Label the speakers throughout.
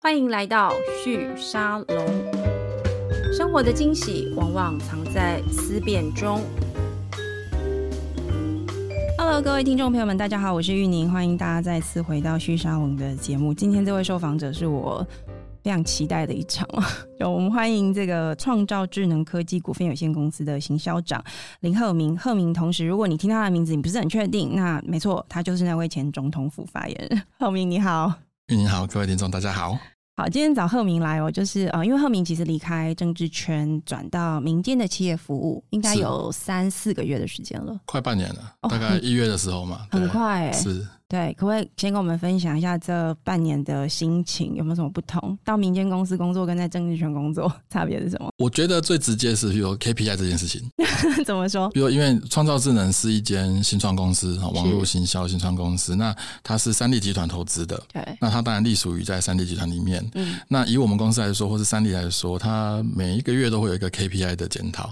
Speaker 1: 欢迎来到旭沙龙。生活的惊喜往往藏在思辨中。Hello，各位听众朋友们，大家好，我是玉宁，欢迎大家再次回到旭沙龙的节目。今天这位受访者是我非常期待的一场，啊就我们欢迎这个创造智能科技股份有限公司的行销长林鹤鸣。鹤鸣，同时如果你听到他的名字，你不是很确定，那没错，他就是那位前总统府发言人。鹤鸣，你好。
Speaker 2: 运营好，各位听众大家好。
Speaker 1: 好，今天找贺明来哦，就是呃，因为贺明其实离开政治圈，转到民间的企业服务，应该
Speaker 2: 是
Speaker 1: 有三四个月的时间了，
Speaker 2: 快半年了，
Speaker 1: 哦
Speaker 2: 大概一月的时候嘛，
Speaker 1: 很
Speaker 2: 对
Speaker 1: 快哎、
Speaker 2: 是
Speaker 1: 对，可不可以先跟我们分享一下这半年的心情，有没有什么不同？到民间公司工作跟在政治圈工作 差别是什么？
Speaker 2: 我觉得最直接是比如 KPI 这件事情，
Speaker 1: 怎么说？
Speaker 2: 比如因为创造智能是一间新创公司，哦网络行销新创公司，那它是三 D 集团投资的，
Speaker 1: 对，
Speaker 2: 那它当然隶属于在三 D 集团里面。
Speaker 1: 嗯，
Speaker 2: 那以我们公司来说，或是三 D 来说，它每一个月都会有一个 KPI 的检讨。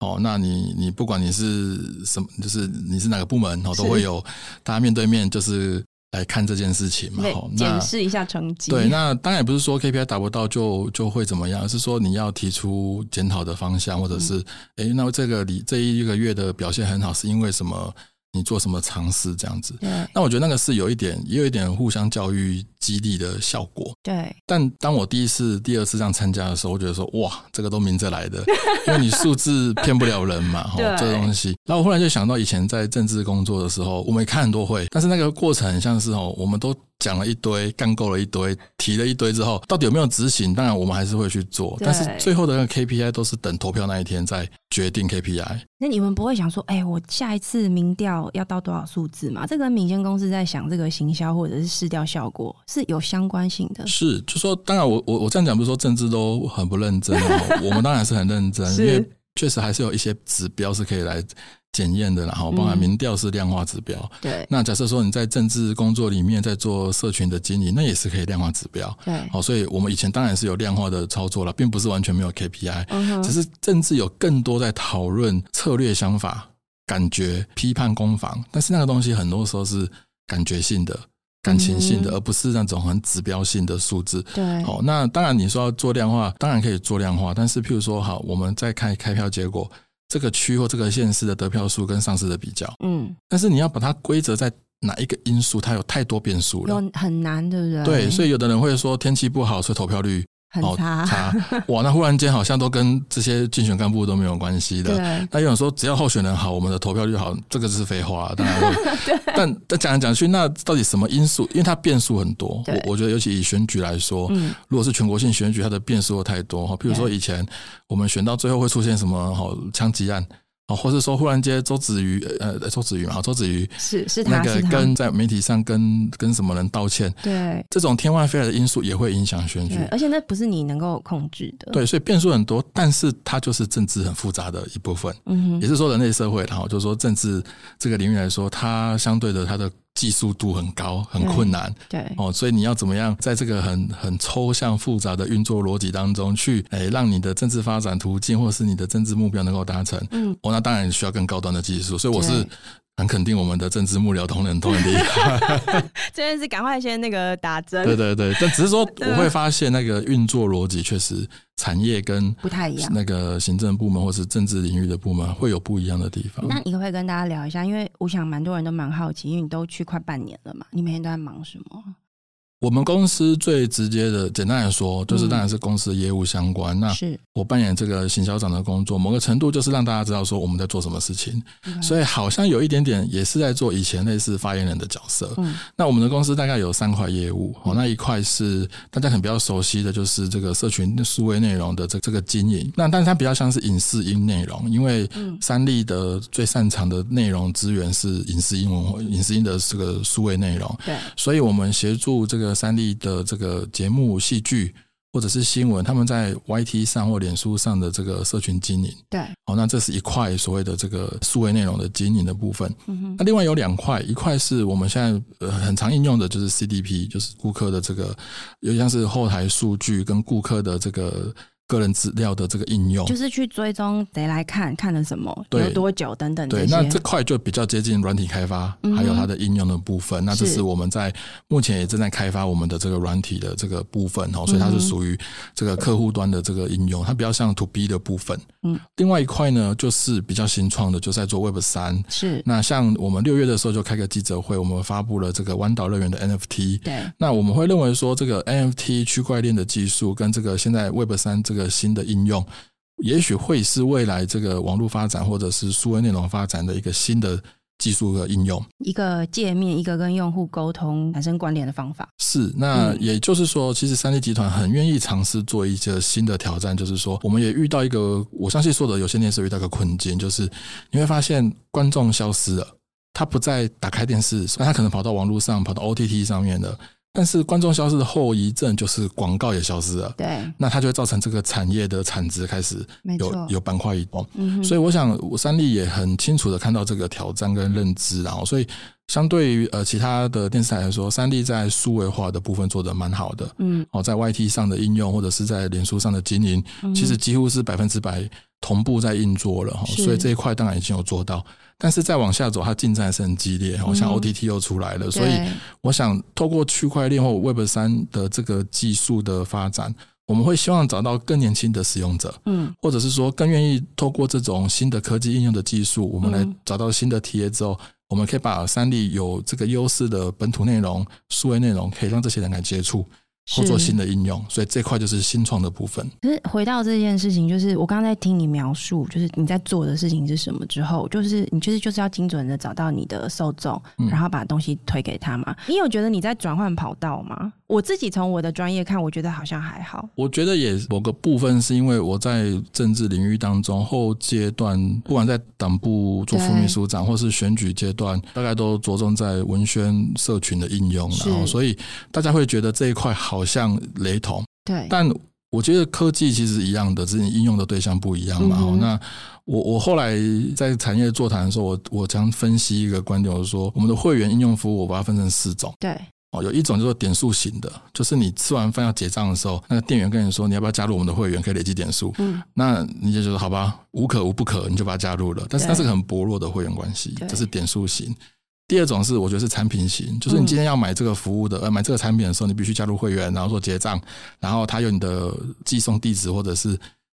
Speaker 2: 哦，那你你不管你是什么，就是你是哪个部门，哦，都
Speaker 1: 是
Speaker 2: 会有大家面对面就是来看这件事情嘛。
Speaker 1: 对
Speaker 2: 哦，，那
Speaker 1: 检视一下成绩。
Speaker 2: 对，那当然也不是说 KPI 达不到就就会怎么样，而是说你要提出检讨的方向，或者是诶，那这个里这一个月的表现很好，是因为什么？你做什么尝试这样子？
Speaker 1: 对
Speaker 2: 那我觉得那个是有一点，也有一点互相教育激励的效果。
Speaker 1: 对，
Speaker 2: 但当我第一次、第二次这样参加的时候，我觉得说哇，这个都明着来的， 因为你数字骗不了人嘛，吼
Speaker 1: 对，
Speaker 2: 这个东西。然后我忽然就想到以前在政治工作的时候，我们也开很多会，但是那个过程很像是哦，我们都讲了一堆，干够了一堆，提了一堆之后，到底有没有执行？当然我们还是会去做，
Speaker 1: 对
Speaker 2: 但是最后的那个 KPI 都是等投票那一天再决定 KPI。
Speaker 1: 那你们不会想说，哎、我下一次民调要到多少数字嘛？这跟民间公司在想这个行销或者是试调效果是有相关性的。
Speaker 2: 是，就说当然我，我我这样讲不是说政治都很不认真 哦，我们当然是很认真，
Speaker 1: 是
Speaker 2: 因为确实还是有一些指标是可以来检验的啦，然后包含
Speaker 1: 嗯
Speaker 2: 民调是量化指标。
Speaker 1: 对
Speaker 2: 那假设说你在政治工作里面在做社群的经营，那也是可以量化指标。
Speaker 1: 对，
Speaker 2: 好，所以我们以前当然是有量化的操作了，并不是完全没有 KPI，
Speaker 1: 嗯哼
Speaker 2: 只是政治有更多在讨论策略想法、感觉、批判攻防，但是那个东西很多时候是感觉性的、感情性
Speaker 1: 嗯
Speaker 2: 的，而不是那种很指标性的数字。
Speaker 1: 对，
Speaker 2: 好，那当然你说要做量化，当然可以做量化，但是譬如说，好，我们再看开票结果，这个区或这个县市的得票数跟上市的比较，
Speaker 1: 嗯，
Speaker 2: 但是你要把它归责在哪一个因素，它有太多变数
Speaker 1: 有
Speaker 2: 了。
Speaker 1: 很难，对不对？
Speaker 2: 对，所
Speaker 1: 以
Speaker 2: 以有的人会说天气不好，所以投票率
Speaker 1: 很
Speaker 2: 好
Speaker 1: 差，
Speaker 2: 哦差。 哇，那忽然间好像都跟这些竞选干部都没有关系的。
Speaker 1: 对
Speaker 2: 那有人说只要候选人好，我们的投票率好，这个是废话， 当然会。但但讲来讲去，那到底什么因素？因为它变数很多。
Speaker 1: 对
Speaker 2: 我我觉得，尤其以选举来说，
Speaker 1: 嗯，
Speaker 2: 如果是全国性选举，它的变数又太多哈。譬如说以前我们选到最后会出现什么好枪击案哦，或是说忽然间周子瑜呃呃周子瑜嘛，周子瑜
Speaker 1: 是是
Speaker 2: 那
Speaker 1: 他
Speaker 2: 个
Speaker 1: 是他，
Speaker 2: 跟在媒体上跟跟什么人道歉，
Speaker 1: 对
Speaker 2: 这种天外飞来的因素也会影响选举
Speaker 1: 对，。而且那不是你能够控制的，，
Speaker 2: 对，所以变数很多，但是它就是政治很复杂的一部分，
Speaker 1: 嗯
Speaker 2: 也
Speaker 1: 哼，
Speaker 2: 是说人类社会，然后就是说政治这个领域来说，它相对的它的技术度很高，很困难。
Speaker 1: 对
Speaker 2: 哦，所以你要怎么样在这个很很抽象复杂的运作逻辑当中去，诶、让你的政治发展途径或是你的政治目标能够达成？
Speaker 1: 嗯，
Speaker 2: 哦，那当然需要更高端的技术，所以我是
Speaker 1: 对
Speaker 2: 很肯定我们的政治幕僚同仁都很厉 害。
Speaker 1: 真的是赶快先那个打针，
Speaker 2: 对对对，但只是说
Speaker 1: 对
Speaker 2: 我会发现那个运作逻辑确实产业跟
Speaker 1: 不太一样。
Speaker 2: 那个行政部门或是政治领域的部门会有不一样的地方。
Speaker 1: 那你可不可以跟大家聊一下？因为我想蛮多人都蛮好奇，因为你都去快半年了嘛，你每天都在忙什么？
Speaker 2: 我们公司最直接的，简单来说，就是当然是公司的业务相关。那
Speaker 1: 嗯是，
Speaker 2: 我扮演这个行销长的工作，某个程度就是让大家知道说我们在做什么事情，所
Speaker 1: 以
Speaker 2: 以好像有一点点也是在做以前类似发言人的角色。
Speaker 1: 嗯
Speaker 2: 那我们的公司大概有三块业务，哦，那一块是大家很比较熟悉的，就是这个社群数位内容的这这个经营。那但是它比较像是影视音内容，因为
Speaker 1: 嗯
Speaker 2: 三立的最擅长的内容资源是影视音文化、影视音的这个数位内容，
Speaker 1: 对
Speaker 2: 所以我们协助这个三立的这个节目、戏剧或者是新闻，他们在 YT 上或脸书上的这个社群经营。
Speaker 1: 对，
Speaker 2: 哦，那这是一块所谓的这个数位内容的经营的部分。
Speaker 1: 嗯哼
Speaker 2: 那另外有两块，一块是我们现在呃很常应用的，就是 CDP，就是顾客的这个，有点像是后台数据跟顾客的这个。个人资料的这个应用。
Speaker 1: 就是去追踪谁来看看了什么，
Speaker 2: 对
Speaker 1: 有多久等等
Speaker 2: 对，
Speaker 1: 些
Speaker 2: 那这块就比较接近软体开发，
Speaker 1: 嗯哼
Speaker 2: 还有它的应用的部分。那这
Speaker 1: 是
Speaker 2: 是我们在目前也正在开发我们的这个软体的这个部分哦，所以它
Speaker 1: 嗯
Speaker 2: 是
Speaker 1: 哼
Speaker 2: 属于这个客户端的这个应用，它比较像 to B 的部分。
Speaker 1: 嗯，
Speaker 2: 另外一块呢，就是比较新创的，就在做 Web 三。
Speaker 1: 是
Speaker 2: 那像我们六月的时候就开个记者会，我们发布了这个湾岛乐园的 NFT。
Speaker 1: 对，
Speaker 2: 那我们会认为说，这个 NFT 区块链的技术跟这个现在 Web 三这个新的应用，也许会是未来这个网络发展或者是数位内容发展的一个新的技术的应用。
Speaker 1: 一个界面，一个跟用户沟通产生关联的方法，
Speaker 2: 是，那
Speaker 1: 嗯
Speaker 2: 也就是说，其实三 D 集团很愿意尝试做一些新的挑战，就是说，我们也遇到一个，我相信说的有些电视遇到一个困境，就是你会发现观众消失了，他不再打开电视，那他可能跑到网络上，跑到 OTT 上面了。但是观众消失的后遗症就是广告也消失了，
Speaker 1: 对，
Speaker 2: 那它就会造成这个产业的产值开始
Speaker 1: 没
Speaker 2: 有
Speaker 1: 错，
Speaker 2: 有板块移动。
Speaker 1: 嗯哼，
Speaker 2: 所
Speaker 1: 以
Speaker 2: 以我想，我三立也很清楚的看到这个挑战跟认知，然后，所以相对于呃其他的电视台来说，三立在数位化的部分做得蛮好的。
Speaker 1: 嗯，
Speaker 2: 哦，在 YT 上的应用或者是在脸书上的经营，
Speaker 1: 嗯
Speaker 2: 其实几乎是百分之百同步在运作了哈，
Speaker 1: 是
Speaker 2: 所以这一块当然已经有做到。但是再往下走，它竞争还是很激烈，哦，像
Speaker 1: 嗯
Speaker 2: OTT 又出来了，所以
Speaker 1: 对
Speaker 2: 我想透过区块链或 Web 三的这个技术的发展，我们会希望找到更年轻的使用者，
Speaker 1: 嗯
Speaker 2: 或者是说更愿意透过这种新的科技应用的技术，我们来
Speaker 1: 嗯
Speaker 2: 找到新的体验之后，我们可以把三 D 有这个优势的本土内容、数位内容，可以让这些人来接触或做
Speaker 1: 是
Speaker 2: 新的应用。所以这块就是新创的部分。
Speaker 1: 可是回到这件事情，就是我刚才听你描述，就是你在做的事情是什么之后，就是你就是就是要精准的找到你的受众，
Speaker 2: 嗯
Speaker 1: 然后把东西推给他嘛。你有觉得你在转换跑道吗？我自己从我的专业看，我觉得好像还好。
Speaker 2: 我觉得也某个部分是因为我在政治领域当中后阶段，不管在党部做副秘书长，或是选举阶段，大概都着重在文宣社群的应用，
Speaker 1: 是
Speaker 2: 然后所以大家会觉得这一块好像雷同，
Speaker 1: 对，
Speaker 2: 但我觉得科技其实一样的，只是你应用的对象不一样嘛。
Speaker 1: 嗯哼
Speaker 2: 哦那我我后来在产业座谈的时候，我我常分析一个观点，我就说我们的会员应用服务，我把它分成四种。
Speaker 1: 对，
Speaker 2: 哦，有一种叫做点数型的，就是你吃完饭要结账的时候，那个店员跟你说你要不要加入我们的会员，可以累积点数。
Speaker 1: 嗯，
Speaker 2: 那你就觉得好吧，无可无不可，你就把它加入了。但是
Speaker 1: 对
Speaker 2: 那是个很薄弱的会员关系
Speaker 1: 对，
Speaker 2: 这是点数型。第二种是我觉得是产品型，就
Speaker 1: 嗯
Speaker 2: 是你今天要买这个服务的，呃，买这个产品的时候，你必须加入会员，然后做结账，然后它有你的寄送地址或者是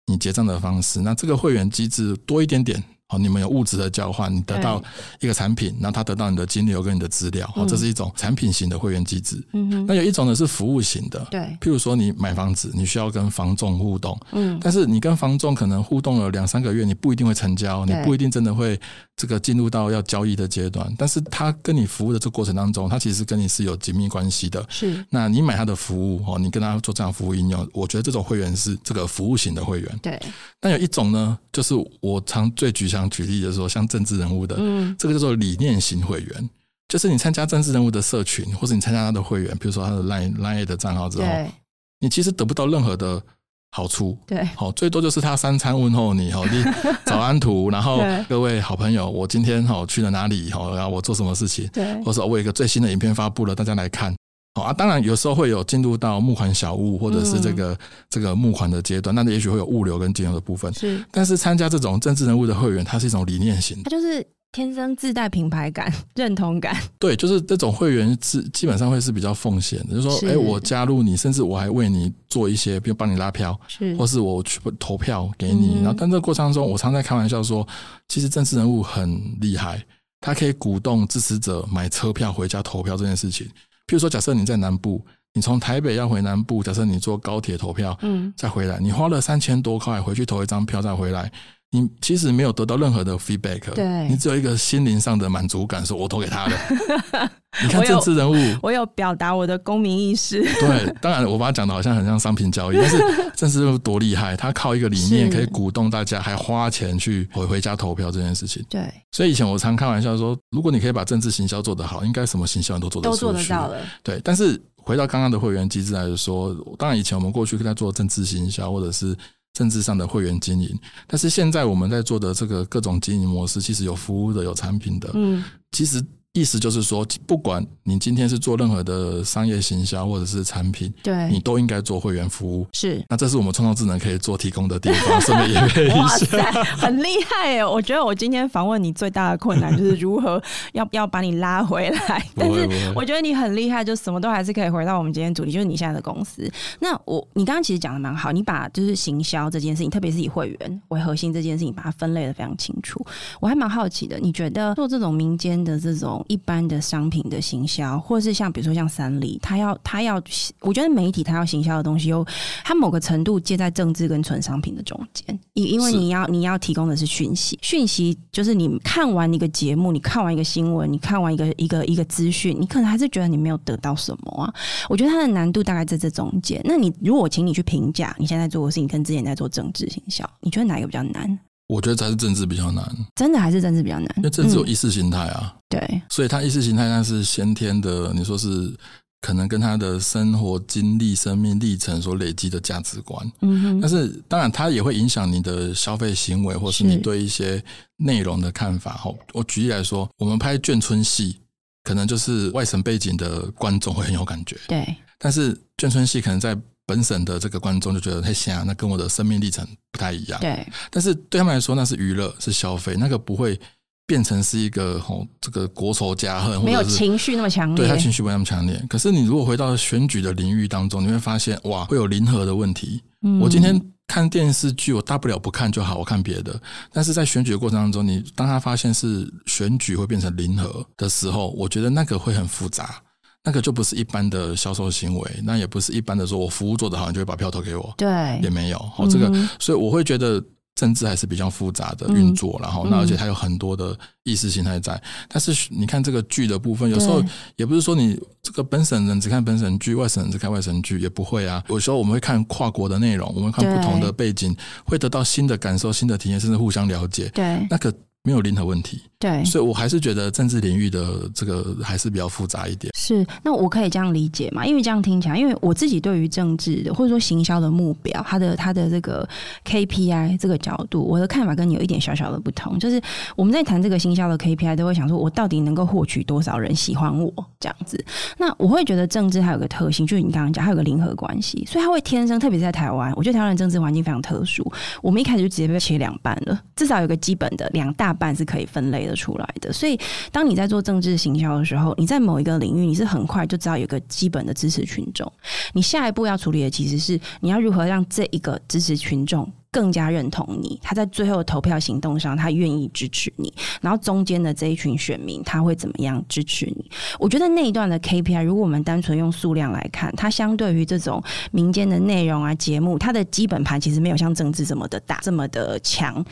Speaker 2: 你结账的方式。那这个会员机制多一点点，哦，你们有物质的交换，你得到
Speaker 1: 对
Speaker 2: 一个产品，然后他得到你的金流跟你的资料，哦，
Speaker 1: 嗯
Speaker 2: 这是一种产品型的会员机制。
Speaker 1: 嗯哼，
Speaker 2: 那有一种呢是服务型的，
Speaker 1: 对，
Speaker 2: 譬如说你买房子，你需要跟房仲互动。
Speaker 1: 嗯，
Speaker 2: 但是你跟房仲可能互动了两三个月，你不一定会成交，你
Speaker 1: 对
Speaker 2: 不一定真的会这个进入到要交易的阶段。但是他跟你服务的这个过程当中，他其实跟你是有紧密关系的。
Speaker 1: 是，
Speaker 2: 那你买他的服务哦，你跟他做这样的服务应用，我觉得这种会员是这个服务型的会员。
Speaker 1: 对，
Speaker 2: 但有一种呢，就是我常最举想举例的说，像政治人物的，
Speaker 1: 嗯，
Speaker 2: 这个叫做理念型会员，就是你参加政治人物的社群，或者你参加他的会员，比如说他的 Line Line 的账号之后，
Speaker 1: 对，
Speaker 2: 你其实得不到任何的好处，
Speaker 1: 对，
Speaker 2: 好，最多就是他三餐问候你， 好，你早安图，然后
Speaker 1: 对
Speaker 2: 各位好朋友，我今天好去了哪里，好，然后我做什么事情，
Speaker 1: 对，
Speaker 2: 或者哦我有一个最新的影片发布了，大家来看。好啊，当然有时候会有进入到募款小物或者
Speaker 1: 嗯
Speaker 2: 是这个、这个募款的阶段，那也许会有物流跟金融的部分。
Speaker 1: 是，
Speaker 2: 但是参加这种政治人物的会员，它是一种理念型的，
Speaker 1: 他就是天生自带品牌感、 认同感，
Speaker 2: 对，就是这种会员是基本上会是比较奉献的，就是说，
Speaker 1: 是
Speaker 2: 哎、我加入你，甚至我还为你做一些，比如帮你拉票，
Speaker 1: 是
Speaker 2: 或是我去投票给你。
Speaker 1: 嗯
Speaker 2: 然后，但这个过程当中，我常在开玩笑说，其实政治人物很厉害，他可以鼓动支持者买车票回家投票这件事情。譬如说，假设你在南部，你从台北要回南部，假设你坐高铁投票
Speaker 1: 嗯，
Speaker 2: 再回来，你花了三千多块回去投一张票再回来。你其实没有得到任何的 feedback，
Speaker 1: 对
Speaker 2: 你只有一个心灵上的满足感，说我投给他 了。你看
Speaker 1: 我有
Speaker 2: 政治人物，
Speaker 1: 我有表达我的公民意识，
Speaker 2: 对，当然我把它讲的好像很像商 品交易，但是政治人物多厉害，他靠一个理念
Speaker 1: 是
Speaker 2: 可以鼓动大家，还花钱去回回家投票这件事情。
Speaker 1: 对，
Speaker 2: 所以以前我常开玩笑说，如果你可以把政治行销做得好，应该什么行销你都做得
Speaker 1: 都
Speaker 2: 出
Speaker 1: 做得
Speaker 2: 去
Speaker 1: 到了，
Speaker 2: 对，但是回到刚刚的会员机制来说，当然以前我们过去在做政治行销或者是政治上的会员经营，但是现在我们在做的这个各种经营模式，其实有服务的，有产品的，
Speaker 1: 嗯，
Speaker 2: 其实意思就是说，不管你今天是做任何的商业行销或者是产品，你
Speaker 1: 对，
Speaker 2: 都应该做会员服务。
Speaker 1: 是。
Speaker 2: 那这是我们创造智能可以做提供的地方，顺便也配一
Speaker 1: 哇塞
Speaker 2: 下。，
Speaker 1: 很厉害耶！我觉得我今天访问你最大的困难就是如何要要把你拉回来，
Speaker 2: 不
Speaker 1: 但
Speaker 2: 会
Speaker 1: 是
Speaker 2: 不会
Speaker 1: 我觉得你很厉害，就什么都还是可以回到我们今天主题，就是你现在的公司。那我你刚刚其实讲的蛮好，你把就是行销这件事情，特别是以会员为核心这件事情，把它分类的非常清楚。我还蛮好奇的，你觉得做这种民间的这种一般的商品的行销，或是像比如说像三立，它要它要，我觉得媒体它要行销的东西又它某个程度介在政治跟纯商品的中间，因因为
Speaker 2: 是
Speaker 1: 你要你要提供的是讯息，讯息就是你看完一个节目，你看完一个新闻，你看完一个一个一个资讯，你可能还是觉得你没有得到什么啊。我觉得它的难度大概在这中间。那你如果我请你去评价你现在做的事情跟之前在做政治行销，你觉得哪一个比较难？
Speaker 2: 我觉得才是政治比较难，
Speaker 1: 真的还是政治比较难？
Speaker 2: 因为政治有
Speaker 1: 嗯
Speaker 2: 意识形态啊，
Speaker 1: 对
Speaker 2: 所以它意识形态它是先天的，你说是可能跟他的生活经历、生命历程所累积的价值观。
Speaker 1: 嗯哼，
Speaker 2: 但是当然，它也会影响你的消费行为，或是
Speaker 1: 是
Speaker 2: 你对一些内容的看法。哈，我举例来说，我们拍眷村戏，可能就是外省背景的观众会很有感觉，
Speaker 1: 对
Speaker 2: 但是眷村戏可能在本省的这个观众就觉得太瞎，那跟我的生命历程不太一样。
Speaker 1: 对
Speaker 2: 但是对他们来说，那是娱乐，是消费，那个不会变成是一个吼这个国仇家恨，
Speaker 1: 没有
Speaker 2: 或者是
Speaker 1: 情绪那么强
Speaker 2: 对
Speaker 1: 烈
Speaker 2: 他，情绪不会那么强烈。可是你如果回到选举的领域当中，你会发现哇，会有零和的问题。
Speaker 1: 嗯
Speaker 2: 我今天看电视剧，我大不了不看就好，我看别的。但是在选举的过程当中，你当他发现是选举会变成零和的时候，我觉得那个会很复杂，那个就不是一般的销售行为，那也不是一般的说我服务做得好，你就会把票投给我，
Speaker 1: 对
Speaker 2: 也没有。哦，这个
Speaker 1: 嗯哼，
Speaker 2: 所以我会觉得政治还是比较复杂的
Speaker 1: 嗯
Speaker 2: 运作，然后那
Speaker 1: 嗯
Speaker 2: 而且它有很多的意识形态在。但是你看这个剧的部分，有时候
Speaker 1: 对
Speaker 2: 也不是说你这个本省人只看本省剧，外省人只看外省剧，也不会啊。有时候我们会看跨国的内容，我们看不同的背景，会得到新的感受、新的体验，甚至互相了解。
Speaker 1: 对
Speaker 2: 那个没有零和问题，
Speaker 1: 对
Speaker 2: 所以我还是觉得政治领域的这个还是比较复杂一点。
Speaker 1: 是，那我可以这样理解嘛？因为这样听起来，因为我自己对于政治的或者说行销的目标，它的它的这个 KPI 这个角度，我的看法跟你有一点小小的不同。就是我们在谈这个行销的 KPI，都会想说我到底能够获取多少人喜欢我这样子。那我会觉得政治它有个特性，就是你刚刚讲，它有个零和关系，所以它会天生，特别是在台湾，我觉得台湾的政治环境非常特殊，我们一开始就直接被切两半了，至少有个基本的两大半是可以分类的出来的。所以当你在做政治行销的时候，你在某一个领域，你是很快就知道有个基本的支持群众。你下一步要处理的其实是你要如何让这一个支持群众。更加认同你，他在最后的投票行动上，他愿意支持你。然后中间的这一群选民，他会怎么样支持你？我觉得那一段的 KPI，如果我们单纯用数量来看，它相对于这种民间的内容啊节目，它的基本盘其实没有像政治这么的大，这么的强。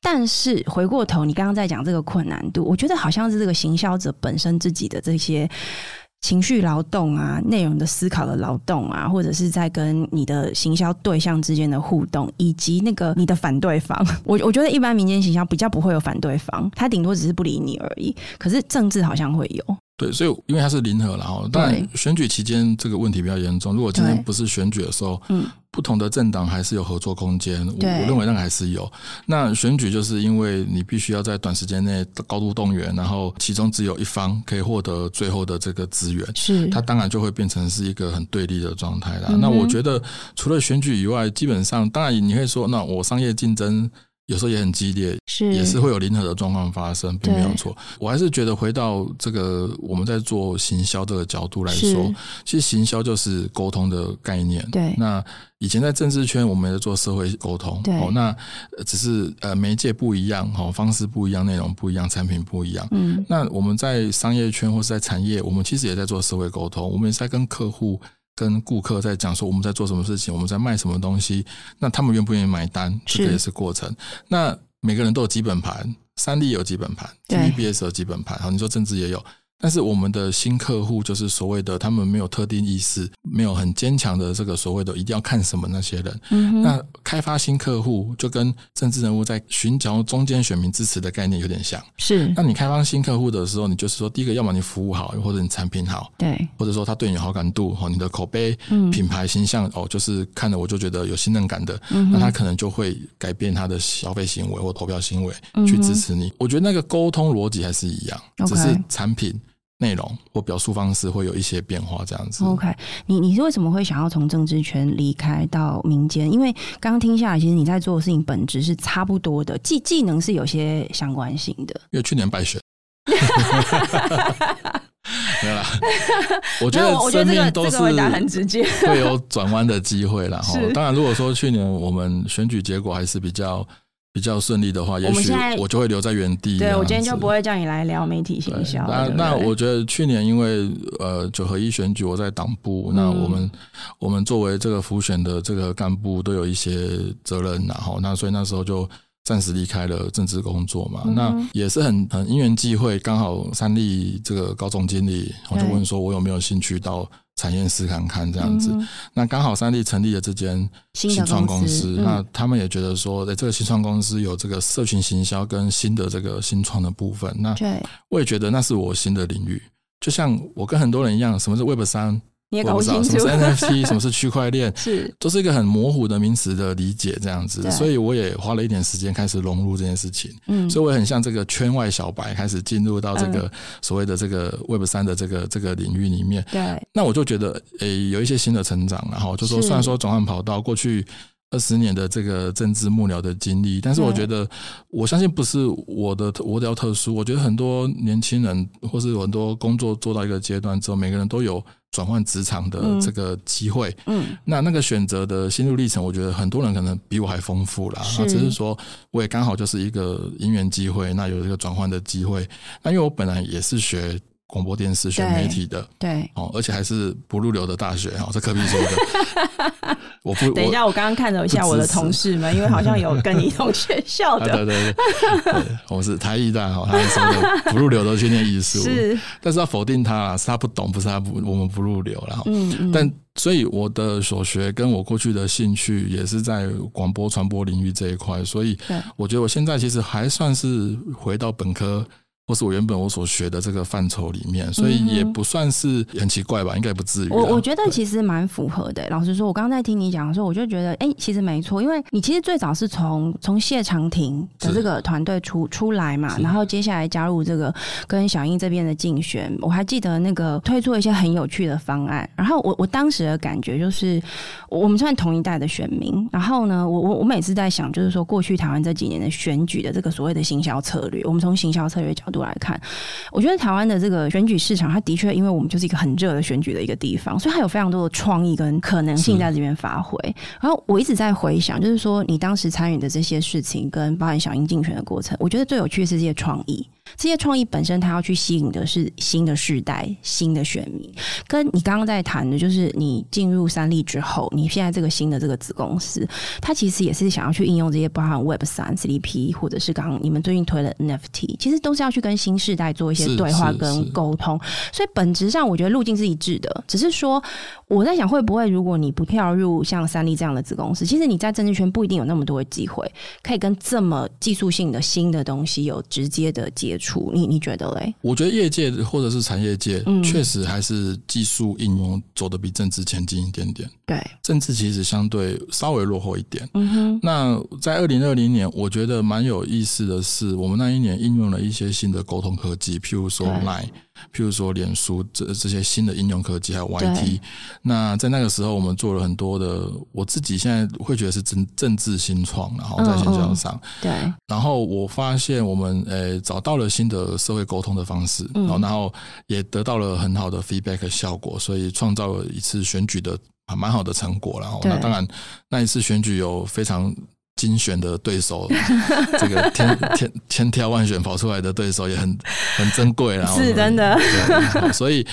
Speaker 1: 但是回过头，你刚刚在讲这个困难度，我觉得好像是这个行销者本身自己的这些情绪劳动啊、内容的思考的劳动啊，或者是在跟你的行销对象之间的互动，以及那个你的反对方。 我我觉得一般民间行销比较不会有反对方，他顶多只是不理你而已。可是政治好像会有，
Speaker 2: 对，所以因为它是零和，然后当然选举期间这个问题比较严重。如果今天
Speaker 1: 对
Speaker 2: 不是选举的时候，
Speaker 1: 嗯，
Speaker 2: 不同的政党还是有合作空间，我
Speaker 1: 对
Speaker 2: 我认为那个还是有。那选举就是因为你必须要在短时间内高度动员，然后其中只有一方可以获得最后的这个资源，
Speaker 1: 是
Speaker 2: 它当然就会变成是一个很对立的状态啦。
Speaker 1: 嗯嗯哼
Speaker 2: 那我觉得除了选举以外，基本上当然你会说，那我商业竞争有时候也很激烈，
Speaker 1: 是
Speaker 2: 也是会有零和的状况发生，并没有错。我还是觉得回到这个我们在做行销这个角度来说
Speaker 1: 是，
Speaker 2: 其实行销就是沟通的概念。
Speaker 1: 对
Speaker 2: 那以前在政治圈，我们也在做社会沟通，
Speaker 1: 对
Speaker 2: 哦，那呃只是呃媒介不一样，哦，方式不一样，内容不一样，产品不一样。
Speaker 1: 嗯
Speaker 2: 那我们在商业圈或是在产业，我们其实也在做社会沟通，我们也是在跟客户、跟顾客在讲说我们在做什么事情，我们在卖什么东西，那他们愿不愿意买单，
Speaker 1: 是
Speaker 2: 这个也是过程。那每个人都有基本盘，三立也有基本盘
Speaker 1: 对
Speaker 2: ，TVBS 有基本盘，好，你说政治也有，但是我们的新客户就是所谓的，他们没有特定意识，没有很坚强的这个所谓的一定要看什么那些人。
Speaker 1: 嗯哼，
Speaker 2: 那开发新客户就跟政治人物在寻找中间选民支持的概念有点像。
Speaker 1: 是
Speaker 2: 那你开发新客户的时候，你就是说，第一个，要么你服务好，或者你产品好，
Speaker 1: 对，
Speaker 2: 或者说他对你有好感度，哈，你的口碑、
Speaker 1: 嗯
Speaker 2: 品牌形象，哦，就是看了我就觉得有信任感的，
Speaker 1: 嗯
Speaker 2: 那他
Speaker 1: 哼，
Speaker 2: 可能就会改变他的消费行为或投票行为
Speaker 1: 嗯
Speaker 2: 去
Speaker 1: 哼
Speaker 2: 支持你。我觉得那个沟通逻辑还是一样，
Speaker 1: OK
Speaker 2: 只是产品内容或表述方式会有一些变化，这样子。
Speaker 1: OK，你你是为什么会想要从政治圈离开到民间？因为刚刚听下来，其实你在做的事情本质是差不多的，技技能是有些相关性的。
Speaker 2: 因为去年 败选。 没 有啦，我觉
Speaker 1: 没
Speaker 2: 得
Speaker 1: 有我觉
Speaker 2: 生
Speaker 1: 得这
Speaker 2: 命
Speaker 1: 个
Speaker 2: 都
Speaker 1: 这
Speaker 2: 是
Speaker 1: 个回答很直接。
Speaker 2: 会有转弯的机会啦。哈
Speaker 1: 是，
Speaker 2: 当然，如果说去年我们选举结果还是比较比较顺利的话，也
Speaker 1: 们
Speaker 2: 许
Speaker 1: 现在
Speaker 2: 我就会留在原地这
Speaker 1: 对
Speaker 2: 样子。
Speaker 1: 我今天就不会叫你来聊媒体行销。
Speaker 2: 那
Speaker 1: 对不
Speaker 2: 那
Speaker 1: 对
Speaker 2: 我觉得去年因为呃九合一选举，我在党部，
Speaker 1: 嗯
Speaker 2: 那我们我们作为这个辅选的这个干部都有一些责任，然后那所以那时候就暂时离开了政治工作嘛。
Speaker 1: 嗯哼
Speaker 2: 那也是很很因缘际会，刚好三立这个高总经理，我就
Speaker 1: 对
Speaker 2: 问说我有没有兴趣到产业室看看这样子。
Speaker 1: 嗯哼
Speaker 2: 那刚好三立成立了这间
Speaker 1: 新
Speaker 2: 新
Speaker 1: 的
Speaker 2: 创
Speaker 1: 公
Speaker 2: 公司，那
Speaker 1: 嗯
Speaker 2: 他们也觉得说，哎、这个新创公司有这个社群行销跟新的这个新创的部分，那
Speaker 1: 对，
Speaker 2: 我也觉得那是我新的领域。就像我跟很多人一样，什么是 Web 三，
Speaker 1: 你也
Speaker 2: 我
Speaker 1: 搞
Speaker 2: 不
Speaker 1: 不
Speaker 2: 知道
Speaker 1: 清
Speaker 2: 什
Speaker 1: 楚
Speaker 2: 么 是 NFT，什么是区块链，
Speaker 1: 是
Speaker 2: 都是一个很模糊的名词的理解这样子
Speaker 1: 对。
Speaker 2: 所以我也花了一点时间开始融入这件事情，
Speaker 1: 嗯，
Speaker 2: 所以我也很像这个圈外小白，开始进入到这个所谓的这个 Web 三的这个这个领域里面。
Speaker 1: 对
Speaker 2: 那我就觉得，诶、有一些新的成长，然后就说，
Speaker 1: 是
Speaker 2: 虽然说转换跑道，过去二十年的这个政治幕僚的经历，但是
Speaker 1: 对
Speaker 2: 我觉得，我相信不是我的我比较特殊，我觉得很多年轻人或是有很多工作做到一个阶段之后，每个人都有转换职场的
Speaker 1: 嗯
Speaker 2: 这个机会。
Speaker 1: 嗯
Speaker 2: 那那个选择的心路历程，我觉得很多人可能比我还丰富啦。
Speaker 1: 是
Speaker 2: 那只是说，我也刚好就是一个因缘机会，那有这个转换的机会。那因为我本来也是学广播电视、学
Speaker 1: 对
Speaker 2: 媒体的。
Speaker 1: 对。
Speaker 2: 哦，而且还是不入流的大学哦，这科比说的。 我不，
Speaker 1: 等一
Speaker 2: 我，
Speaker 1: 下，我刚刚看了一下
Speaker 2: 不
Speaker 1: 我的
Speaker 2: 支持
Speaker 1: 同事们，因为好像有跟你同 学校
Speaker 2: 啊对
Speaker 1: 的，
Speaker 2: 对对，对我是台艺大哦，他们说的不入流都去念艺术，
Speaker 1: 是
Speaker 2: 但是要否定他啦，是他不懂，不是他不，我们不入流啦。哦
Speaker 1: 嗯嗯，
Speaker 2: 但所以我的所学跟我过去的兴趣也是在广播传播领域这一块，所以
Speaker 1: 对
Speaker 2: 我觉得我现在其实还算是回到本科。或是我原本我所学的这个范畴里面，所以也
Speaker 1: 嗯哼
Speaker 2: 不算是很奇怪吧，应该也不至于啦。
Speaker 1: 我我觉得
Speaker 2: 啊对
Speaker 1: 其实蛮符合的、欸老实说，我刚刚在听你讲的时候，我就觉得，哎、其实没错，因为你其实最早是从从谢长廷的
Speaker 2: 是
Speaker 1: 这个团队出出来嘛，
Speaker 2: 是
Speaker 1: 然后接下来加入这个跟小英这边的竞选。我还记得那个推出了一些很有趣的方案，然后我我当时的感觉就是，我我们算同一代的选民，然后呢，我我我每次在想，就是说过去台湾这几年的选举的这个所谓的行销策略，我们从行销策略角度来看，我觉得台湾的这个选举市场，它的确因为我们就是一个很热的选举的一个地方，所以它有非常多的创意跟可能性
Speaker 2: 是
Speaker 1: 在这边发挥。然后我一直在回想，就是说你当时参与的这些事情，跟包含小英竞选的过程，我觉得最有趣的是这些创意。这些创意本身，它要去吸引的是新的世代、新的选民。跟你刚刚在谈的，就是你进入三立之后，你现在这个新的这个子公司，它其实也是想要去应用这些包含 Web 三、CDP，或者是刚刚你们最近推的 NFT，其实都是要去跟新世代做一些
Speaker 2: 是
Speaker 1: 对话
Speaker 2: 是
Speaker 1: 跟
Speaker 2: 是
Speaker 1: 沟通。所以本质上，我觉得路径是一致的，只是说我在想，会不会如果你不跳入像三立这样的子公司，其实你在政治圈不一定有那么多的机会，可以跟这么技术性的新的东西有直接的接触。你你觉得嘞？
Speaker 2: 我觉得业界或者是产业界
Speaker 1: 嗯，
Speaker 2: 确实还是技术应用走得比政治前进一点点，
Speaker 1: 对，
Speaker 2: 政治其实相对稍微落后一点。
Speaker 1: 嗯哼，
Speaker 2: 那在二零二零年，我觉得蛮有意思的是，我们那一年应用了一些新的沟通科技，譬如说
Speaker 1: 对
Speaker 2: Line，譬如说脸书这这些新的应用科技，还有
Speaker 1: 对
Speaker 2: YT。那在那个时候，我们做了很多的，我自己现在会觉得是政政治新创，然后在
Speaker 1: 嗯
Speaker 2: 线
Speaker 1: 嗯
Speaker 2: 交上。
Speaker 1: 对，
Speaker 2: 然后我发现我们呃找到了新的社会沟通的方式，
Speaker 1: 嗯
Speaker 2: 然后然后也得到了很好的 feedback 效果，所以创造了一次选举的啊蛮好的成果然后
Speaker 1: 对
Speaker 2: 那当然那一次选举有非常。精选的 对手，这个千千千挑万选跑出来的对手也很 很珍贵啦，然后哦
Speaker 1: 是真的
Speaker 2: 对，所以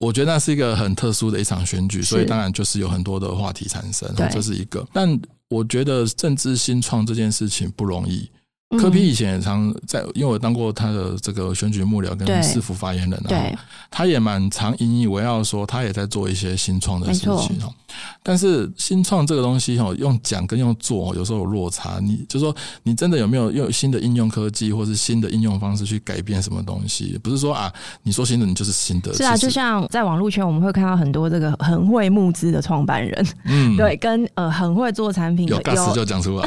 Speaker 2: 我觉得那是一个很特殊的一场选举，
Speaker 1: 是
Speaker 2: 所以当然就是有很多的话题产生哦
Speaker 1: 对，
Speaker 2: 这是一个。但我觉得政治新创这件事情不容易，柯比
Speaker 1: 嗯
Speaker 2: 以前也常在，因为我当过他的这个选举幕僚
Speaker 1: 对
Speaker 2: 跟市府发言人啊，
Speaker 1: 对，
Speaker 2: 他也蛮常引以为傲，说他也在做一些新创的
Speaker 1: 没
Speaker 2: 事
Speaker 1: 错
Speaker 2: 情哦。但是新创这个东西哦，用讲跟用做哦有时候有落差。你就说你真的有没有用新的应用科技或是新的应用方式去改变什么东西？不是说啊，你说新的你就是新的，
Speaker 1: 是啊，
Speaker 2: 其实
Speaker 1: 就像在网络圈，我们会看到很多这个很会募资的创办人，
Speaker 2: 嗯，
Speaker 1: 对，，跟呃很会做产品的
Speaker 2: 有 gas 就讲出来。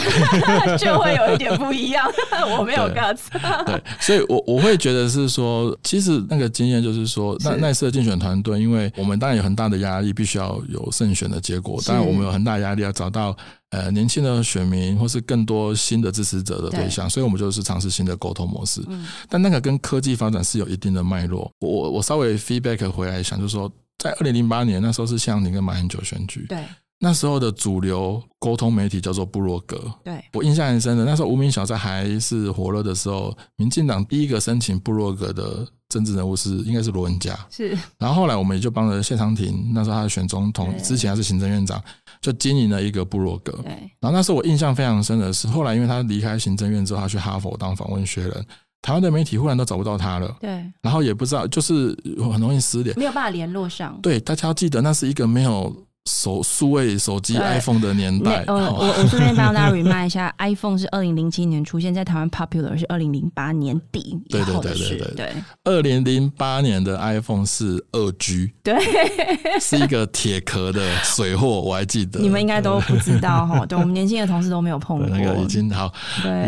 Speaker 1: 就会有一 点不一样。我没有
Speaker 2: 对
Speaker 1: guts，
Speaker 2: 对，所以我我会觉得是说，其实那个经验就是说，那
Speaker 1: 是
Speaker 2: 那次的竞选团队，因为我们当然有很大的压力，必须要有胜选的结果，
Speaker 1: 是
Speaker 2: 当然我们有很大压力要找到呃年轻的选民或是更多新的支持者的对象，所以我们就是尝试新的沟通模式。
Speaker 1: 嗯
Speaker 2: 但那个跟科技发展是有一定的脉络。我我我稍微 feedback 回来想，就是说。在二零零八年，那时候是向林跟马英九选举，
Speaker 1: 对
Speaker 2: 那时候的主流沟通媒体叫做部落格，
Speaker 1: 对，
Speaker 2: 我印象很深的，那时候无名小站还是火热的时候，民进党第一个申请部落格的政治人物是应该是罗文佳，
Speaker 1: 是
Speaker 2: 然后后来我们也就帮着谢长廷，那时候他选总统
Speaker 1: 对
Speaker 2: 之前他是行政院长，就经营了一个部落格。
Speaker 1: 对
Speaker 2: 然后那时候我印象非常深的是，后来因为他离开行政院之后，他去哈佛当访问学人，台湾的媒体忽然都找不到他了，
Speaker 1: 对，
Speaker 2: 然后也不知道，就是很容易失联。
Speaker 1: 没有办法联络上。
Speaker 2: 对，大家要记得那是一个没有手数位手机
Speaker 1: 对
Speaker 2: iPhone 的年
Speaker 1: 那
Speaker 2: 代。
Speaker 1: 呃，
Speaker 2: 哦
Speaker 1: 我我顺便帮大家 remind 一 下，iPhone 是二零零七年出现在台湾，popular 是二零零八年底以
Speaker 2: 对对
Speaker 1: 后的
Speaker 2: 对对
Speaker 1: 事，
Speaker 2: 对
Speaker 1: 对
Speaker 2: 二零零八年的 iPhone 是二 G，对，是一个铁壳的水货，我还记得。
Speaker 1: 你们应该都不知道 哈，对我们年轻的同事都没有碰
Speaker 2: 对
Speaker 1: 过，
Speaker 2: 那个已经好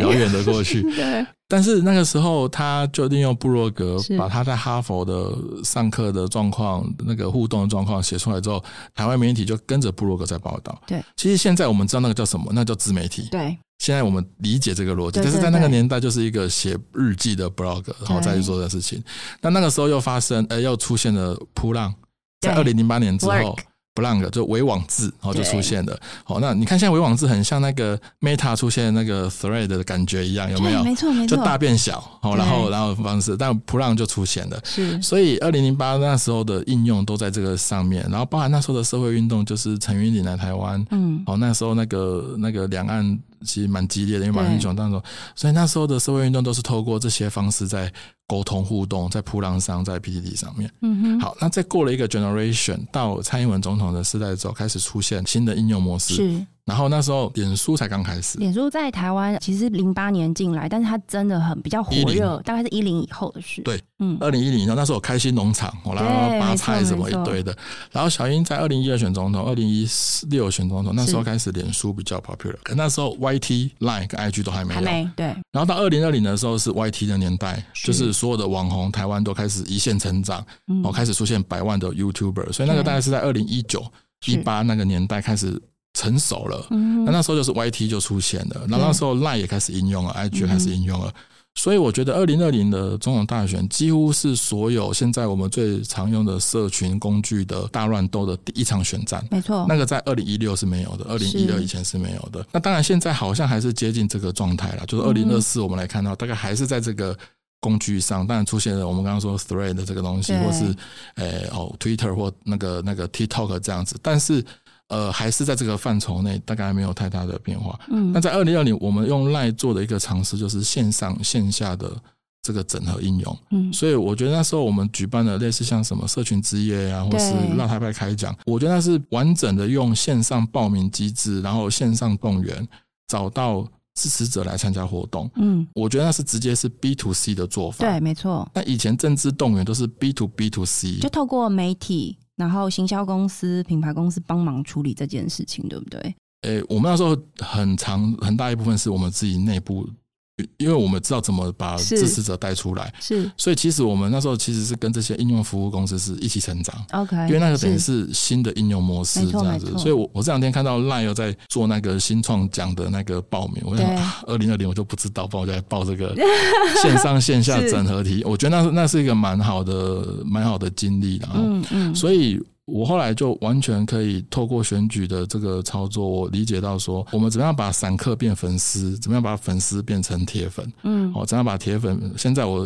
Speaker 2: 遥
Speaker 1: 对，
Speaker 2: 远的过去
Speaker 1: 对
Speaker 2: 但是那个时候他就利用布洛格
Speaker 1: 是
Speaker 2: 把他在哈佛的上课的状况、那个互动的状况写出来之后，台湾媒体就跟着布洛格在报道。
Speaker 1: 对，
Speaker 2: 其实现在我们知道那个叫什么，那叫自媒体。
Speaker 1: 对
Speaker 2: 现在我们理解这个逻辑，
Speaker 1: 对
Speaker 2: 但是在那
Speaker 1: 对
Speaker 2: 个
Speaker 1: 对
Speaker 2: 年代就是一个写日记的 blog，然后再去做的事情。那那个时候又发生，呃，又出现了扑浪，在二
Speaker 1: 对
Speaker 2: 零零八年之后
Speaker 1: Work。
Speaker 2: blog 就伪网志，然后就
Speaker 1: 对
Speaker 2: 出现了。好，那你看现在伪网志很像那个 Meta 出现那个 Thread 的感觉一样，有没
Speaker 1: 对，
Speaker 2: 有？
Speaker 1: 没错没
Speaker 2: 就
Speaker 1: 错，
Speaker 2: 大变小，好，然后
Speaker 1: 对
Speaker 2: 然后方式，但 Plan 就出现了。
Speaker 1: 是
Speaker 2: 所以二零零八那时候的应用都在这个上面，然后包含那时候的社会运动，就是陈云林来台湾，
Speaker 1: 嗯
Speaker 2: 哦，那时候那个那个两岸其实蛮激烈的，因为马
Speaker 1: 对
Speaker 2: 英九那时候，所以那时候的社会运动都是透过这些方式在沟通互动，在扑浪上，在 PTT 上面。
Speaker 1: 嗯哼，
Speaker 2: 好，那再过了一个 generation，到蔡英文总统的时代之后，开始出现新的应用模式。
Speaker 1: 是。
Speaker 2: 然后那时候脸书才刚开始，
Speaker 1: 脸书在台湾其实零八年进来，但是它真的很比较火热，大概是一零以后的事。
Speaker 2: 对，
Speaker 1: 嗯，
Speaker 2: 二零一零年那时候有开心农场，我然
Speaker 1: 对
Speaker 2: 后
Speaker 1: 没
Speaker 2: 拔
Speaker 1: 错
Speaker 2: 菜什么
Speaker 1: 没
Speaker 2: 一
Speaker 1: 错
Speaker 2: 堆的。然后小英在二零一二选总统，二零一六选总统，那时候
Speaker 1: 是
Speaker 2: 开始脸书比较 popular，可那时候 YT、Line 跟 IG 都还没
Speaker 1: 还
Speaker 2: 有。
Speaker 1: 没对，
Speaker 2: 然后到二零二零的时候是 YT 的年代，
Speaker 1: 是
Speaker 2: 就是所有的网红台湾都开始一线成长，
Speaker 1: 嗯
Speaker 2: 哦，开始出现百万的 YouTuber，所以那个
Speaker 1: 对
Speaker 2: 大概是在二零一九、一八那个年代开始成熟了。
Speaker 1: 嗯
Speaker 2: 那
Speaker 1: 哼
Speaker 2: 那时候就是 YT 就出现了，然后
Speaker 1: 对
Speaker 2: 那时候 Line 也开始应用了，IG 也
Speaker 1: 嗯
Speaker 2: 开始应用了。所以我觉得，二零二零的总统大选几乎是所有现在我们最常用的社群工具的大乱斗的第一场选战。
Speaker 1: 没错，
Speaker 2: 那个在二零一六是没有的，二零一二
Speaker 1: 哦是
Speaker 2: 以前是没有的。那当然，现在好像还是接近这个状态了，
Speaker 1: 嗯
Speaker 2: 就是二零二四我们来看到，大概还是在这个工具上，当然出现了我们刚刚说 Thread 这个东西，
Speaker 1: 对
Speaker 2: 或是诶、哦 Twitter 或那个那个 TikTok 这样子，但是呃还是在这个范畴内，大概没有太大的变化。
Speaker 1: 嗯
Speaker 2: 那在二零二零，我们用 Line 做的一个尝试就是线上线下的这个整合应用。
Speaker 1: 嗯
Speaker 2: 所以我觉得那时候我们举办了类似像什么社群之夜啊，或
Speaker 1: 对
Speaker 2: 是让台派开讲，我觉得那是完整的用线上报名机制，然后线上动员，找到支持者来参加活动。
Speaker 1: 嗯，
Speaker 2: 我觉得那是直接是 B to C 的做法。
Speaker 1: 对，没错，
Speaker 2: 那以前政治动员都是 B to B to C，
Speaker 1: 就透过媒体，然后行销公司、品牌公司帮忙处理这件事情，对不对？
Speaker 2: 诶、我们那时候很长很大一部分是我们自己内部，因为我们知道怎么把
Speaker 1: 是
Speaker 2: 支持者带出来，
Speaker 1: 是
Speaker 2: 所以其实我们那时候其实是跟这些应用服务公司是一起成长。
Speaker 1: OK，
Speaker 2: 因为那个等于是新的应用模式
Speaker 1: 没错
Speaker 2: 这样
Speaker 1: 没
Speaker 2: 子
Speaker 1: 错，
Speaker 2: 所以我我这两天看到 Line 又在做那个新创奖的那个报名，我想
Speaker 1: 对
Speaker 2: 二零二零我就不知道，不然我就来报 这个线上线下
Speaker 1: 是
Speaker 2: 整合题，我觉得那是那是一个蛮好的蛮好的经历啦，然后、
Speaker 1: 嗯嗯，
Speaker 2: 所以。我后来就完全可以透过选举的这个操作，我理解到说，我们怎么样把散客变粉丝，怎么样把粉丝变成铁粉，
Speaker 1: 嗯
Speaker 2: 哦，怎么样把铁粉？现在我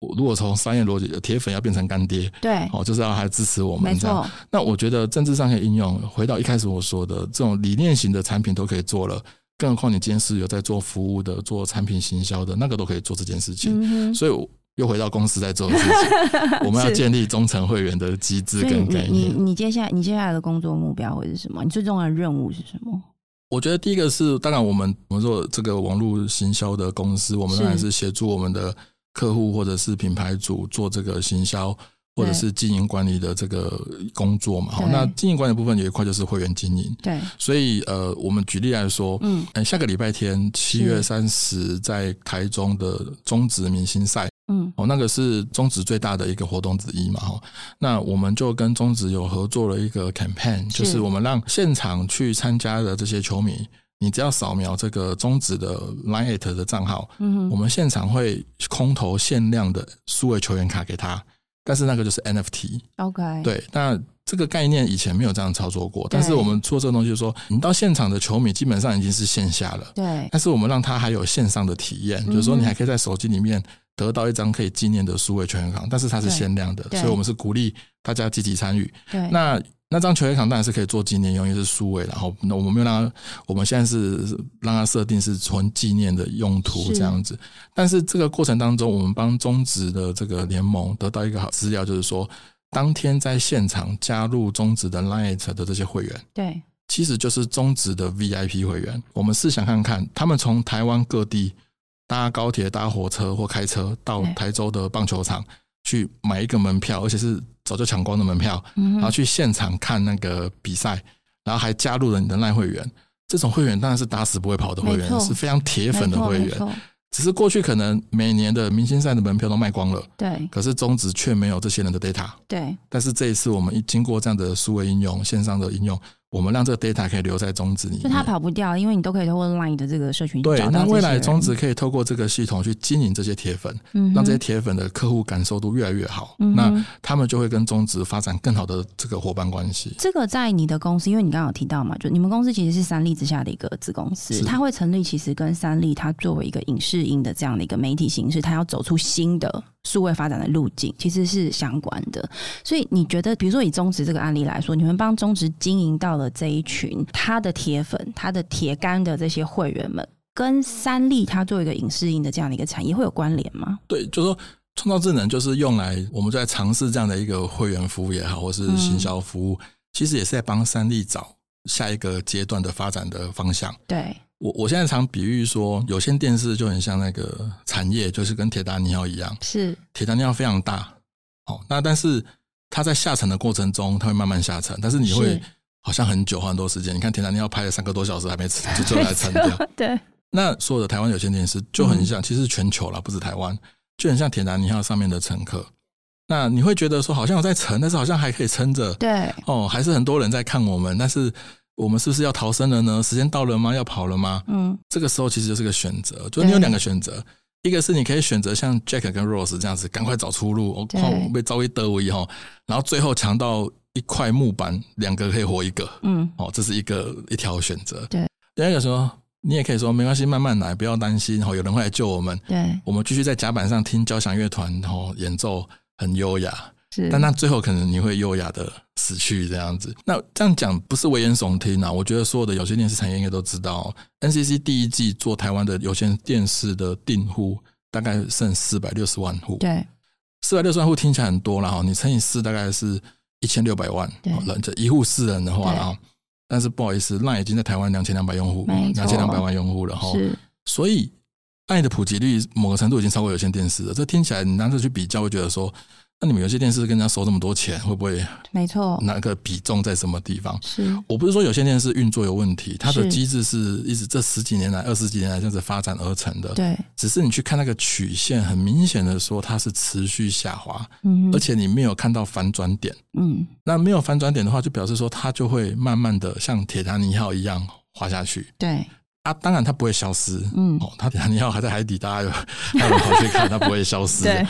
Speaker 2: 我如果从商业逻辑，铁粉要变成干爹，
Speaker 1: 对，
Speaker 2: 哦，就是要还支持我
Speaker 1: 没
Speaker 2: 们这样。
Speaker 1: 错，
Speaker 2: 那我觉得政治上可以应用，回到一开始我说的，这种理念型的产品都可以做了，更何况你今天是有在做服务的、做产品行销的，那个都可以做这件事情。
Speaker 1: 嗯哼
Speaker 2: 所以我又回到公司在做的事情， 我们要
Speaker 1: 是
Speaker 2: 建立忠诚会员的机制
Speaker 1: 所以
Speaker 2: 跟
Speaker 1: 你
Speaker 2: 概
Speaker 1: 你
Speaker 2: 念。
Speaker 1: 你接下来你接下来的工作目标会是什么？你最重要的任务是什么？
Speaker 2: 我觉得第一个是，当然我们我们做这个网络行销的公司，我们
Speaker 1: 是
Speaker 2: 当然是协助我们的客户或者是品牌主做这个行销或者是经营管理的这个工作嘛。好，
Speaker 1: 对
Speaker 2: 那经营管理部分有一块就是会员经营，
Speaker 1: 对，
Speaker 2: 所以呃，我们举例来说。
Speaker 1: 嗯，
Speaker 2: 嗯，下个礼拜天七月
Speaker 1: 是
Speaker 2: 三十，在台中的中职明星赛
Speaker 1: 嗯，
Speaker 2: 哦，那个是中职最大的一个活动之一嘛，哈。那我们就跟中职有合作了一个 campaign，
Speaker 1: 是
Speaker 2: 就是我们让现场去参加的这些球迷，你只要扫描这个中职的 Line at 的账号，
Speaker 1: 嗯哼，
Speaker 2: 我们现场会空投限量的数位球员卡给他，但是那个就是 NFT。
Speaker 1: OK，，
Speaker 2: 对，那这个概念以前没有这样操作过，
Speaker 1: 嗯对
Speaker 2: 但是我们做这个东西就是说，你到现场的球迷基本上已经是线下了。
Speaker 1: 对，
Speaker 2: 但是我们让他还有线上的体验，就是
Speaker 1: 嗯
Speaker 2: 说
Speaker 1: 哼
Speaker 2: 你还可以在手机里面得到一张可以纪念的数位球员卡，但是它是
Speaker 1: 对
Speaker 2: 限量的，
Speaker 1: 对
Speaker 2: 所以我们是鼓励大家积极参与。
Speaker 1: 对，
Speaker 2: 那那张球员卡当然是可以做纪念用，因为是数位，然后那我们没有让它，我们现在是让它设定是纯纪念的用途
Speaker 1: 是
Speaker 2: 这样子。但是这个过程当中，我们帮中职的这个联盟得到一个好资料，就是说当天在现场加入中职的 Lite 的这些会员。
Speaker 1: 对，
Speaker 2: 其实就是中职的 VIP 会员。我们试想看看，他们从台湾各地搭高铁、搭火车或开车到
Speaker 1: 对
Speaker 2: 台州的棒球场去买一个门票，而且是早就抢光的门票，
Speaker 1: 嗯
Speaker 2: 然后
Speaker 1: 哼，
Speaker 2: 去现场看那个比赛，然后还加入了你的赖会员。这种会员当然是打死不会跑的会
Speaker 1: 没
Speaker 2: 员，
Speaker 1: 错
Speaker 2: 是非常铁粉
Speaker 1: 没
Speaker 2: 的
Speaker 1: 错
Speaker 2: 会
Speaker 1: 没
Speaker 2: 员。
Speaker 1: 错
Speaker 2: 只是过去可能每年的明星赛的门票都卖光了，
Speaker 1: 对
Speaker 2: 可是中职却没有这些人的 data。
Speaker 1: 对，
Speaker 2: 但是这一次我们一经过这样的数位应用、线上的应用，我们让这个 data 可以留在中指里
Speaker 1: 就他
Speaker 2: 面。
Speaker 1: 跑不掉，因为你都可以通过 Line 的这个社群
Speaker 2: 对
Speaker 1: 找，到
Speaker 2: 那
Speaker 1: 这
Speaker 2: 未
Speaker 1: 些
Speaker 2: 来
Speaker 1: 人
Speaker 2: 中指，可以透过这个系统去经营这些铁粉，
Speaker 1: 嗯哼，
Speaker 2: 让这些铁粉的客户感受度越来越好，
Speaker 1: 嗯哼，
Speaker 2: 那他们就会跟中指发展更好的这个伙伴关系。
Speaker 1: 这个在你的公司，因为你刚刚有提到嘛，就你们公司其实是三立之下的一个子公司，
Speaker 2: 是
Speaker 1: 它会成立，其实跟三立它作为一个影视音的这样的一个媒体形式，它要走出新的数位发展的路径，其实是相关的。所以你觉得，比如说以中职这个案例来说，你们帮中职经营到了这一群他的铁粉、他的铁杆的这些会员们，跟三立它作为一个影视音的这样的一个产业会有关联吗？
Speaker 2: 对，就是说创造智能就是用来我们在尝试这样的一个会员服务也好，或是行销服务，其实也是在帮三立找下一个阶段的发展的方向。
Speaker 1: 对，
Speaker 2: 我我现在常比喻说，有线电视就很像那个产业，就是跟铁达尼号一样，
Speaker 1: 是，
Speaker 2: 铁达尼号非常大。哦，那但是它在下沉的过程中，它会慢慢下沉，但是你
Speaker 1: 是
Speaker 2: 会好像很久花很多时间。你看铁达尼号拍了三个多小时还没沉，就就来沉掉。
Speaker 1: 对，
Speaker 2: 那所有的台湾有线电视就很
Speaker 1: 嗯
Speaker 2: 像，其实全球啦，不止台湾，就很像铁达尼号上面的乘客。那你会觉得说，好像有在沉，但是好像还可以撑着。
Speaker 1: 对，
Speaker 2: 哦，还是很多人在看我们，但是我们是不是要逃生了呢？时间到了吗？要跑了吗？
Speaker 1: 嗯，
Speaker 2: 这个时候其实就是个选择，就是你有
Speaker 1: 对
Speaker 2: 两个选择，一个是你可以选择像 Jack 跟 Rose 这样子，赶快找出路，我
Speaker 1: 对
Speaker 2: 靠，我被遭一得一哈，然后最后抢到一块木板，两个可以活一个，
Speaker 1: 嗯，
Speaker 2: 哦，这是一个一条选择。
Speaker 1: 对，
Speaker 2: 第二个说，你也可以说没关系，慢慢来，不要担心，哦，有人会来救我们，
Speaker 1: 对，
Speaker 2: 我们继续在甲板上听交响乐团，然后演奏很优雅，
Speaker 1: 是，
Speaker 2: 但那最后可能你会优雅的死去这样子。那这样讲不是危言耸听啊，我觉得所有的有线电视产业应该都知道哦、NCC 第一季做台湾的有线电视的订户大概剩四百六十万户，
Speaker 1: 对。
Speaker 2: 四百六十万户听起来很多了哈，你乘以四大概是一千六百万
Speaker 1: 对
Speaker 2: 哦人，这一户四人的话
Speaker 1: 对
Speaker 2: 然后但是不好意思，赖已经在台湾两千两百用户，
Speaker 1: 没错
Speaker 2: 两千两百万用户了哈，
Speaker 1: 是，
Speaker 2: 所以爱的普及率某个程度已经超过有线电视了。这听起来你拿这去比较，会觉得说，那你们有线电视跟人家收这么多钱，会不会
Speaker 1: 没错，
Speaker 2: 哪个比重在什么地方？
Speaker 1: 是，
Speaker 2: 我不是说有线电视运作有问题，它的
Speaker 1: 是
Speaker 2: 机制是一直这十几年来、二十几年来这样子发展而成的。
Speaker 1: 对，
Speaker 2: 只是你去看那个曲线，很明显的说它是持续下滑，
Speaker 1: 嗯，
Speaker 2: 而，且你没有看到反转点。
Speaker 1: 嗯，
Speaker 2: 那没有反转点的话，就表示说它就会慢慢的像铁达尼号一样滑下去。
Speaker 1: 对，
Speaker 2: 啊，当然它不会消失，
Speaker 1: 嗯，
Speaker 2: 哦，它你要还在海底，大家有 大家有跑去看，它不会消失。
Speaker 1: 对，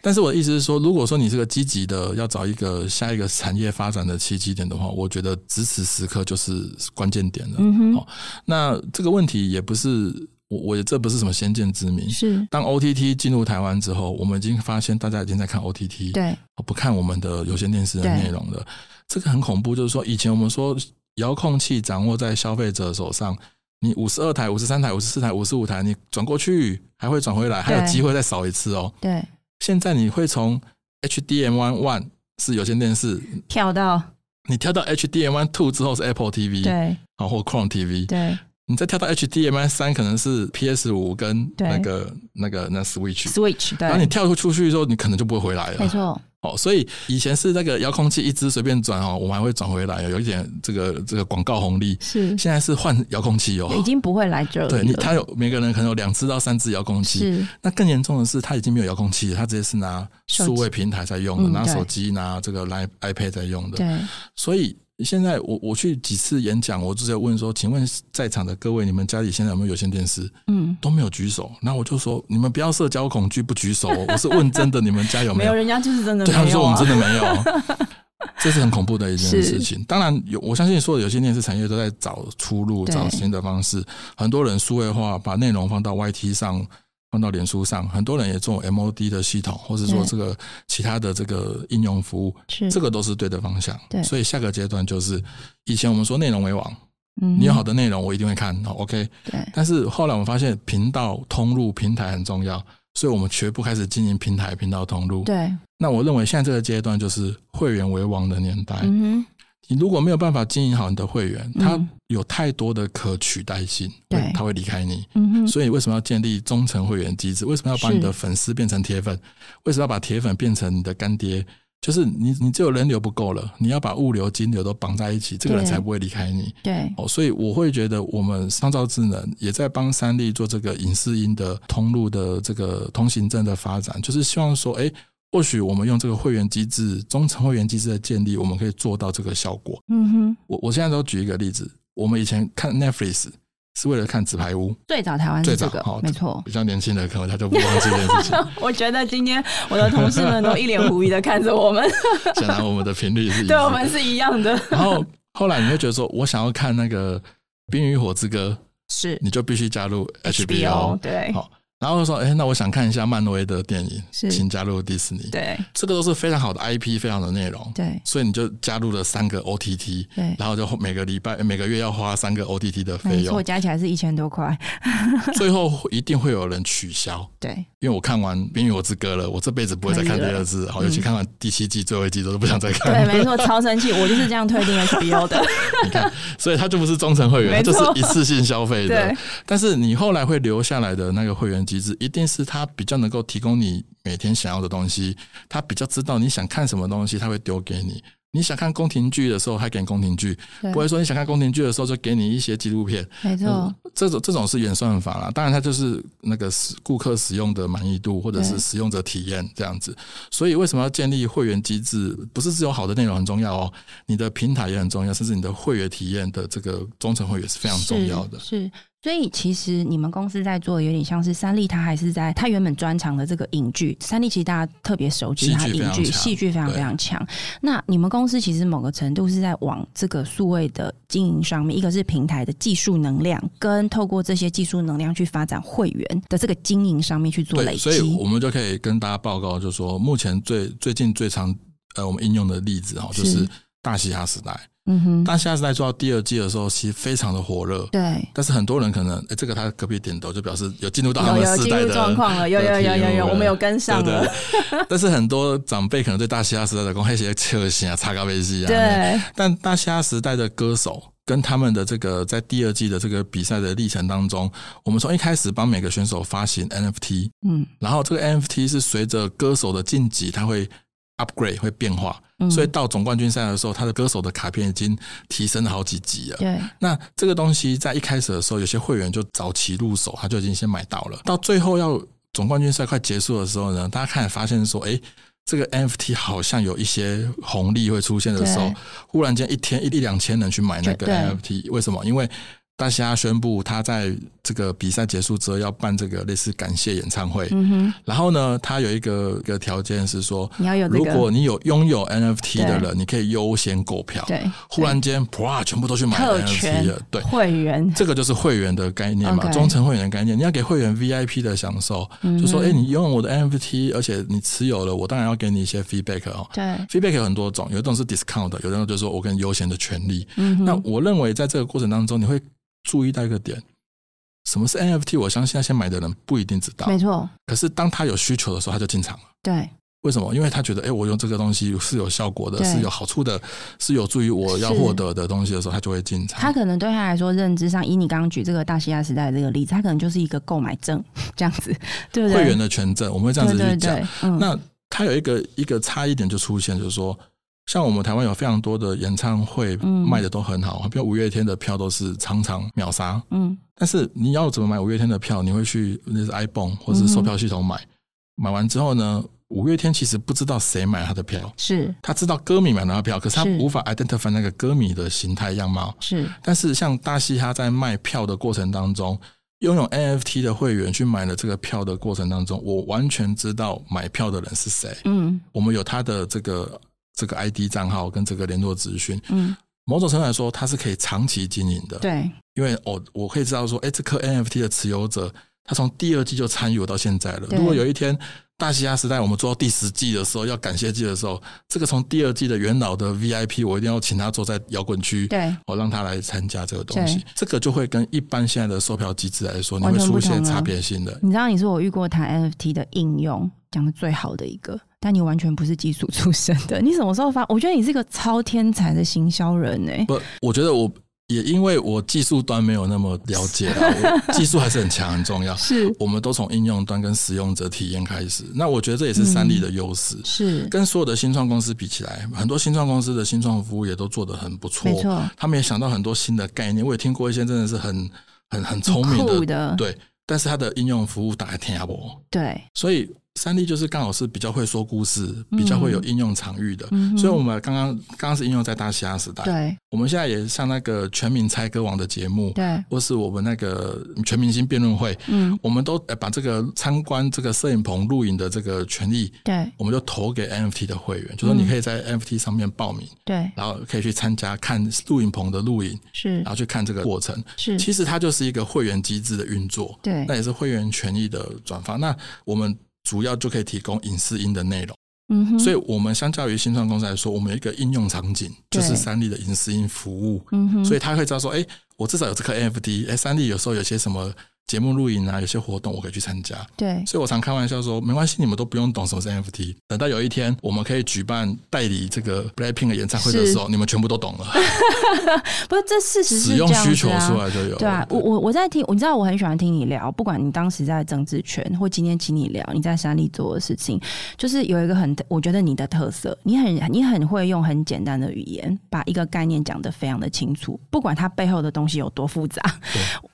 Speaker 2: 但是我的意思是说，如果说你是个积极的，要找一个下一个产业发展的契机点的话，我觉得支持时刻就是关键点了。
Speaker 1: 嗯哼，
Speaker 2: 好那这个问题也不是我，我这不是什么先见之明。
Speaker 1: 是，
Speaker 2: 当 OTT 进入台湾之后，我们已经发现大家已经在看 OTT，
Speaker 1: 对，
Speaker 2: 不看我们的有线电视的
Speaker 1: 对
Speaker 2: 内容了。这个很恐怖，就是说以前我们说遥控器掌握在消费者手上，你五十二台、五十三台、五十四台、五十五台，你转过去还会转回来，还有
Speaker 1: 对
Speaker 2: 机会再扫一次哦。
Speaker 1: 对，
Speaker 2: 现在你会从 HDMI One 是有线电视，
Speaker 1: 跳到
Speaker 2: 你跳到 HDMI Two 之后是 Apple TV，
Speaker 1: 对
Speaker 2: 啊或 Chrome TV，
Speaker 1: 对
Speaker 2: 你再跳到 HDMI 三可能是 PS 五跟
Speaker 1: 对
Speaker 2: 那个那个那 Switch，
Speaker 1: Switch
Speaker 2: 然后
Speaker 1: 对，哎
Speaker 2: 你跳出出去之后，你可能就不会回来
Speaker 1: 没
Speaker 2: 了。
Speaker 1: 错，
Speaker 2: 哦，所以以前是那个遥控器一只随便转哦，我们还会转回来，有一点这个这个广告红利。
Speaker 1: 是
Speaker 2: 现在是换遥控器哦，
Speaker 1: 已经不会来这里了。
Speaker 2: 对你，他有每个人可能有两只到三只遥控器。
Speaker 1: 是
Speaker 2: 那更严重的是，他已经没有遥控器了，他直接是拿
Speaker 1: 手
Speaker 2: 数位平台在用的，
Speaker 1: 嗯
Speaker 2: 拿
Speaker 1: 对
Speaker 2: 手机、拿这个 i iPad 在用的。
Speaker 1: 对
Speaker 2: 所以现在我我去几次演讲，我就接问说：“请问在场的各位，你们家里现在有没有有线电视？”
Speaker 1: 嗯，
Speaker 2: 都没有举手。那我就说：“你们不要社交恐惧，不举手哦。”我是问真的，你们家有没
Speaker 1: 没
Speaker 2: 有
Speaker 1: 有？人家就是真的
Speaker 2: 对他
Speaker 1: 没
Speaker 2: 们说
Speaker 1: 有
Speaker 2: 我们
Speaker 1: 啊
Speaker 2: 真。的没有， 这是很恐怖的一件
Speaker 1: 是
Speaker 2: 事情。当然有，我相信所有有些电视产业都在找出路，
Speaker 1: 对
Speaker 2: 找新的方式。很多人数位化，把内容放到 YT 上。放到脸书上，很多人也做 MOD 的系统，或是说
Speaker 1: 对
Speaker 2: 这个其他的这个应用服务，
Speaker 1: 是
Speaker 2: 这个都是对的方向。
Speaker 1: 对
Speaker 2: 所以下个阶段就是，以前我们说内容为王，
Speaker 1: 嗯
Speaker 2: 你有好的内容我一定会看哦，OK。
Speaker 1: 对
Speaker 2: 但是后来我们发现频道通路平台很重要，所以我们全部开始经营平台频道通路。
Speaker 1: 对，
Speaker 2: 那我认为现在这个阶段就是会员为王的年代。
Speaker 1: 嗯哼，
Speaker 2: 你如果没有办法经营好你的会员，
Speaker 1: 嗯
Speaker 2: 他有太多的可取代性，
Speaker 1: 对
Speaker 2: 会他会离开你。
Speaker 1: 嗯哼，
Speaker 2: 所以为什么要建立忠诚会员机制？为什么要把
Speaker 1: 是
Speaker 2: 你的粉丝变成铁粉？为什么要把铁粉变成你的干爹？就是你，你只有人流不够了，你要把物流、金流都绑在一起，这个人
Speaker 1: 对
Speaker 2: 才不会离开你。
Speaker 1: 对
Speaker 2: 哦，所以我会觉得，我们商兆智能也在帮三立做这个影视音的通路的这个通行证的发展，就是希望说，哎，或许我们用这个会员机制、忠诚会员机制的建立，我们可以做到这个效果。
Speaker 1: 嗯哼，
Speaker 2: 我我现在都举一个例子，我们以前看 Netflix 是为了看《纸牌屋》，
Speaker 1: 最早台湾是
Speaker 2: 最
Speaker 1: 这
Speaker 2: 早
Speaker 1: 个
Speaker 2: 好，
Speaker 1: 没错。
Speaker 2: 比较年轻的可能他就不忘记这件事情。
Speaker 1: 我觉得今天我的同事们都一脸狐疑的看着我们，
Speaker 2: 显然我们的频率 是一致
Speaker 1: 对我们
Speaker 2: 的。
Speaker 1: 是一样的。
Speaker 2: 然后后来你会觉得说，我想要看那个《冰与火之歌》，
Speaker 1: 是
Speaker 2: 你就必须加入
Speaker 1: HBO 对
Speaker 2: 好，然后说，哎、那我想看一下漫威的电影，
Speaker 1: 是
Speaker 2: 请加入迪士尼。，
Speaker 1: 对
Speaker 2: 这个都是非常好的 IP，非常的内容。，
Speaker 1: 对
Speaker 2: 所以你就加入了三个 OTT，
Speaker 1: 对，
Speaker 2: 然后就每个礼拜、每个月要花三个 OTT 的费
Speaker 1: 没错，
Speaker 2: 用，
Speaker 1: 加起来是一千多块。
Speaker 2: 最后一定会有人取消。
Speaker 1: 对，
Speaker 2: 因为我看完《冰与火之歌》了，我这辈子不会再看第二次，好，尤其看完第七季、最后一季，都不想再看。
Speaker 1: 嗯对，没错，超生气，我就是这样推定 HBO 的。
Speaker 2: 你看，所以它就不是忠诚会员，
Speaker 1: 没
Speaker 2: 它就
Speaker 1: 错
Speaker 2: 是一次性消费的
Speaker 1: 对。
Speaker 2: 但是你后来会留下来的那个会员机制，一定是它比较能够提供你每天想要的东西，它比较知道你想看什么东西，它会丢给你。你想看宫廷剧的时候，它给你宫廷剧；
Speaker 1: 对
Speaker 2: 不会说你想看宫廷剧的时候，就给你一些纪录片。
Speaker 1: 没错
Speaker 2: 嗯，这种这种是演算法啦，当然它就是那个使顾客使用的满意度或者
Speaker 1: 对
Speaker 2: 是使用者体验这样子。所以为什么要建立会员机制？不是只有好的内容很重要哦，你的平台也很重要，甚至你的会员体验的这个忠诚会员是非常重要的。
Speaker 1: 是。是所以其实你们公司在做的有点像是三立，它还是在它原本专长的这个影剧，三立其实大家特别熟知
Speaker 2: 戏
Speaker 1: 它
Speaker 2: 剧非
Speaker 1: 影
Speaker 2: 常
Speaker 1: 剧
Speaker 2: 强
Speaker 1: 戏剧非常非
Speaker 2: 对
Speaker 1: 常强。那你们公司其实某个程度是在往这个数位的经营上面，一个是平台的技术能量，跟透过这些技术能量去发展会员的这个经营上面去做累
Speaker 2: 对，
Speaker 1: 积。
Speaker 2: 所以我们就可以跟大家报告，就是说目前最最近最常呃我们应用的例子哦，就是是大嘻哈时代。
Speaker 1: 嗯哼，
Speaker 2: 大嘻哈时代做到第二季的时候，其实非常的火热。
Speaker 1: 对，
Speaker 2: 但是很多人可能，哎，这个他隔壁点头就表示有进入到他
Speaker 1: 有
Speaker 2: 们
Speaker 1: 有
Speaker 2: 世
Speaker 1: 进
Speaker 2: 代
Speaker 1: 入
Speaker 2: 的 E
Speaker 1: 状况了，有有有有有，我们有跟上
Speaker 2: 对
Speaker 1: 了，
Speaker 2: 对。 但是很多长辈可能对大嘻哈时代的讲，黑些切尔西啊、擦咖啡西啊。。
Speaker 1: 对
Speaker 2: 但大嘻哈时代的歌手跟他们的这个在第二季的这个比赛的历程当中，我们从一开始帮每个选手发行 NFT，
Speaker 1: 嗯
Speaker 2: 然后这个 NFT 是随着歌手的晋级，它会 upgrade 会变化，
Speaker 1: 嗯，
Speaker 2: 所以到总冠军赛的时候，他的歌手的卡片已经提升了好几级了。
Speaker 1: 对
Speaker 2: 那这个东西在一开始的时候，有些会员就早期入手，他就已经先买到了。到最后要总冠军赛快结束的时候呢，大家开始发现说，诶，这个 NFT 好像有一些红利会出现的时候
Speaker 1: 对，
Speaker 2: 忽然间一天一一两千人去买那个
Speaker 1: 对
Speaker 2: NFT，为什么？因为大虾宣布他在这个比赛结束之后要办这个类似感谢演唱会，
Speaker 1: 嗯哼，
Speaker 2: 然后呢，他有一个一个条件是说，
Speaker 1: 你要有这
Speaker 2: 如
Speaker 1: 个
Speaker 2: 果你有拥有 NFT 的
Speaker 1: 对
Speaker 2: 人，你可以优先购票。
Speaker 1: 对，
Speaker 2: 忽然间，哇，全部都去买
Speaker 1: 特
Speaker 2: NFT
Speaker 1: 权
Speaker 2: 了。对，
Speaker 1: 会员
Speaker 2: 这个就是会员的概念嘛
Speaker 1: OK
Speaker 2: 忠诚会员的概念，你要给会员 VIP 的享受，
Speaker 1: 嗯哼
Speaker 2: 就说，哎、你拥有我的 NFT，而且你持有了，我当然要给你一些 feedback 哦。
Speaker 1: 对，
Speaker 2: feedback 有很多种，有一种是 discount，的有一种就是说我给你优先的权利。
Speaker 1: 嗯哼，
Speaker 2: 那我认为在这个过程当中，你会注意到一个点，什么是 NFT，我相信那些买的人不一定知道。
Speaker 1: 没错，
Speaker 2: 可是当他有需求的时候，他就进场了。
Speaker 1: 对，
Speaker 2: 为什么？因为他觉得，哎、我用这个东西是有效果的，
Speaker 1: 对
Speaker 2: 是有好处的，是有助于我要
Speaker 1: 是
Speaker 2: 获得的东西的时候，他就会进场。
Speaker 1: 他可能对他来说，认知上，以你刚刚举这个大西亚时代的这个例子，他可能就是一个购买证这样子， 对不对？
Speaker 2: 会员的权证，我们会这样子去
Speaker 1: 对对
Speaker 2: 讲。
Speaker 1: 对，嗯，
Speaker 2: 那它有一个一个差异点就出现，就是说，像我们台湾有非常多的演唱会
Speaker 1: 嗯
Speaker 2: 卖的都很好，比如五月天的票都是常常秒杀。
Speaker 1: 嗯，
Speaker 2: 但是你要怎么买五月天的票？你会去那是 iPhone 或是售票系统买。
Speaker 1: 嗯
Speaker 2: 买完之后呢，五月天其实不知道谁买他的票，
Speaker 1: 是
Speaker 2: 他知道歌迷买了他的票，可是他
Speaker 1: 是
Speaker 2: 无法 identify 那个歌迷的形态样貌。
Speaker 1: 是，
Speaker 2: 但是像大嘻哈在卖票的过程当中，拥有 NFT 的会员去买了这个票的过程当中，我完全知道买票的人是谁。
Speaker 1: 嗯
Speaker 2: 我们有他的这个这个 ID 账号跟这个联络资讯，
Speaker 1: 嗯，
Speaker 2: 某种程度来说，它是可以长期经营的。，
Speaker 1: 对，
Speaker 2: 因为我我可以知道说，哎，这颗 NFT 的持有者，他从第二季就参与我到现在了。
Speaker 1: 对
Speaker 2: 如果有一天大西亚时代我们做到第十季的时候，要感谢季的时候，这个从第二季的元老的 VIP，我一定要请他坐在摇滚区。
Speaker 1: 对，
Speaker 2: 我哦让他来参加这个东西
Speaker 1: 对，
Speaker 2: 这个就会跟一般现在的售票机制来说，你
Speaker 1: 完
Speaker 2: 会
Speaker 1: 全不
Speaker 2: 出
Speaker 1: 同
Speaker 2: 现
Speaker 1: 了
Speaker 2: 差别性的。
Speaker 1: 你知道你是我遇过谈 NFT 的应用讲的最好的一个，但你完全不是技术出身的，你什么时候发？我觉得你是个超天才的行销人哎、
Speaker 2: 不，我觉得我也因为我技术端没有那么了解 啊，我技术还是很强很重要。
Speaker 1: 是
Speaker 2: 我们都从应用端跟使用者体验开始，那我觉得这也
Speaker 1: 嗯
Speaker 2: 是三立的优势。
Speaker 1: 是，
Speaker 2: 跟所有的新创公司比起来，很多新创公司的新创服务也都做得很不错
Speaker 1: 没，错，
Speaker 2: 他们也想到很多新的概念。我也听过一些真的是很很很聪明
Speaker 1: 酷
Speaker 2: 的，
Speaker 1: 的，
Speaker 2: 对，但是它的应用服务打开天下不。
Speaker 1: 对，
Speaker 2: 所以三 D 就是刚好是比较会说故事，比较会有应用场域的。
Speaker 1: 嗯
Speaker 2: 所以我们刚刚刚刚是应用在大西亚时代，
Speaker 1: 对
Speaker 2: 我们现在也像那个全民猜歌王的节目，
Speaker 1: 对，
Speaker 2: 或是我们那个全明星辩论会，
Speaker 1: 嗯
Speaker 2: 我们都呃把这个参观这个摄影棚录影的这个权利。
Speaker 1: 对
Speaker 2: 我们就投给 NFT 的会员，就
Speaker 1: 嗯
Speaker 2: 说你可以在 NFT 上面报名，
Speaker 1: 对
Speaker 2: 然后可以去参加看录影棚的录影，
Speaker 1: 是
Speaker 2: 然后去看这个过程。
Speaker 1: 是，
Speaker 2: 啊其实它就是一个会员机制的运作。
Speaker 1: 对
Speaker 2: 那也是会员权益的转发。那我们主要就可以提供影视音的内容，
Speaker 1: 嗯哼，
Speaker 2: 所以我们相较于新创公司来说，我们有一个应用场景
Speaker 1: 对
Speaker 2: 就是三立的影视音服务，
Speaker 1: 嗯哼，
Speaker 2: 所以他会知道说，哎、我至少有这颗 NFT，哎、三立有时候有些什么节目录影啊，有些活动我可以去参加。
Speaker 1: 对
Speaker 2: 所以我常开玩笑说，没关系，你们都不用懂什么是 NFT，等到有一天我们可以举办代理这个 Blackpink 的演唱会的
Speaker 1: 是
Speaker 2: 时候，你们全部都懂了，
Speaker 1: 不是这事实
Speaker 2: 使
Speaker 1: 是这
Speaker 2: 用
Speaker 1: 样
Speaker 2: 需
Speaker 1: 子
Speaker 2: 求出
Speaker 1: 啊。
Speaker 2: 来就有了。
Speaker 1: 对啊，我我我在听，你知道我很喜欢听你聊，不管你当时在政治圈，或今天请你聊你在山里做的事情，就是有一个很，我觉得你的特色，你很你很会用很简单的语言，把一个概念讲得非常的清楚，不管它背后的东西有多复杂，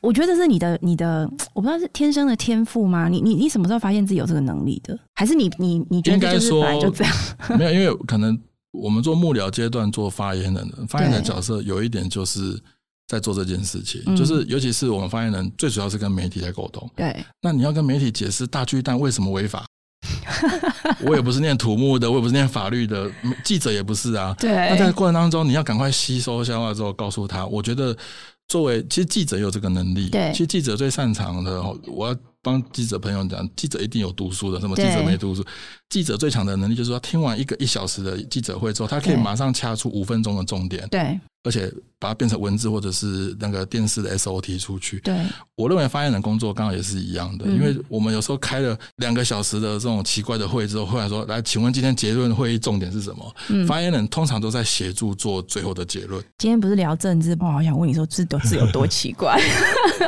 Speaker 1: 我觉得这是你的你的，我不知道是天生的天赋吗？你你你什么时候发现自己有这个能力的？还是你你你觉
Speaker 2: 应
Speaker 1: 得
Speaker 2: 该
Speaker 1: 就是
Speaker 2: 说
Speaker 1: 本来就这 样？
Speaker 2: 没有，因为可能我们做幕僚阶段做发言人的，发言人
Speaker 1: 对
Speaker 2: 角色有一点就是在做这件事情，
Speaker 1: 嗯
Speaker 2: 就是尤其是我们发言人最主要是跟媒体在沟通。
Speaker 1: 对
Speaker 2: 那你要跟媒体解释大巨蛋为什么违 法？我也不是念土木的，我也不是念法律的，记者也不是啊。那在
Speaker 1: 对
Speaker 2: 过程当中，你要赶快吸收消化之后，告诉他。我觉得作为其实记者有这个能力，
Speaker 1: 对
Speaker 2: 其实记者最擅长的，我要帮记者朋友讲，记者一定有读书的，什么记
Speaker 1: 对
Speaker 2: 者没读书，记者最强的能力就是说，听完一个一小时的记者会之后，他可以
Speaker 1: 对
Speaker 2: 马上掐出五分钟的重点，
Speaker 1: 对
Speaker 2: 而且把它变成文字或者是那个电视的 SOT 出去。
Speaker 1: 对，
Speaker 2: 我认为发言人工作刚好也是一样的，
Speaker 1: 嗯
Speaker 2: 因为我们有时候开了两个小时的这种奇怪的会之后，后来说来，请问今天结论会议重点是什么？
Speaker 1: 嗯
Speaker 2: 发言人通常都在协助做最后的结论。
Speaker 1: 今天不是聊政治，我好想问你说自由自有多奇 怪？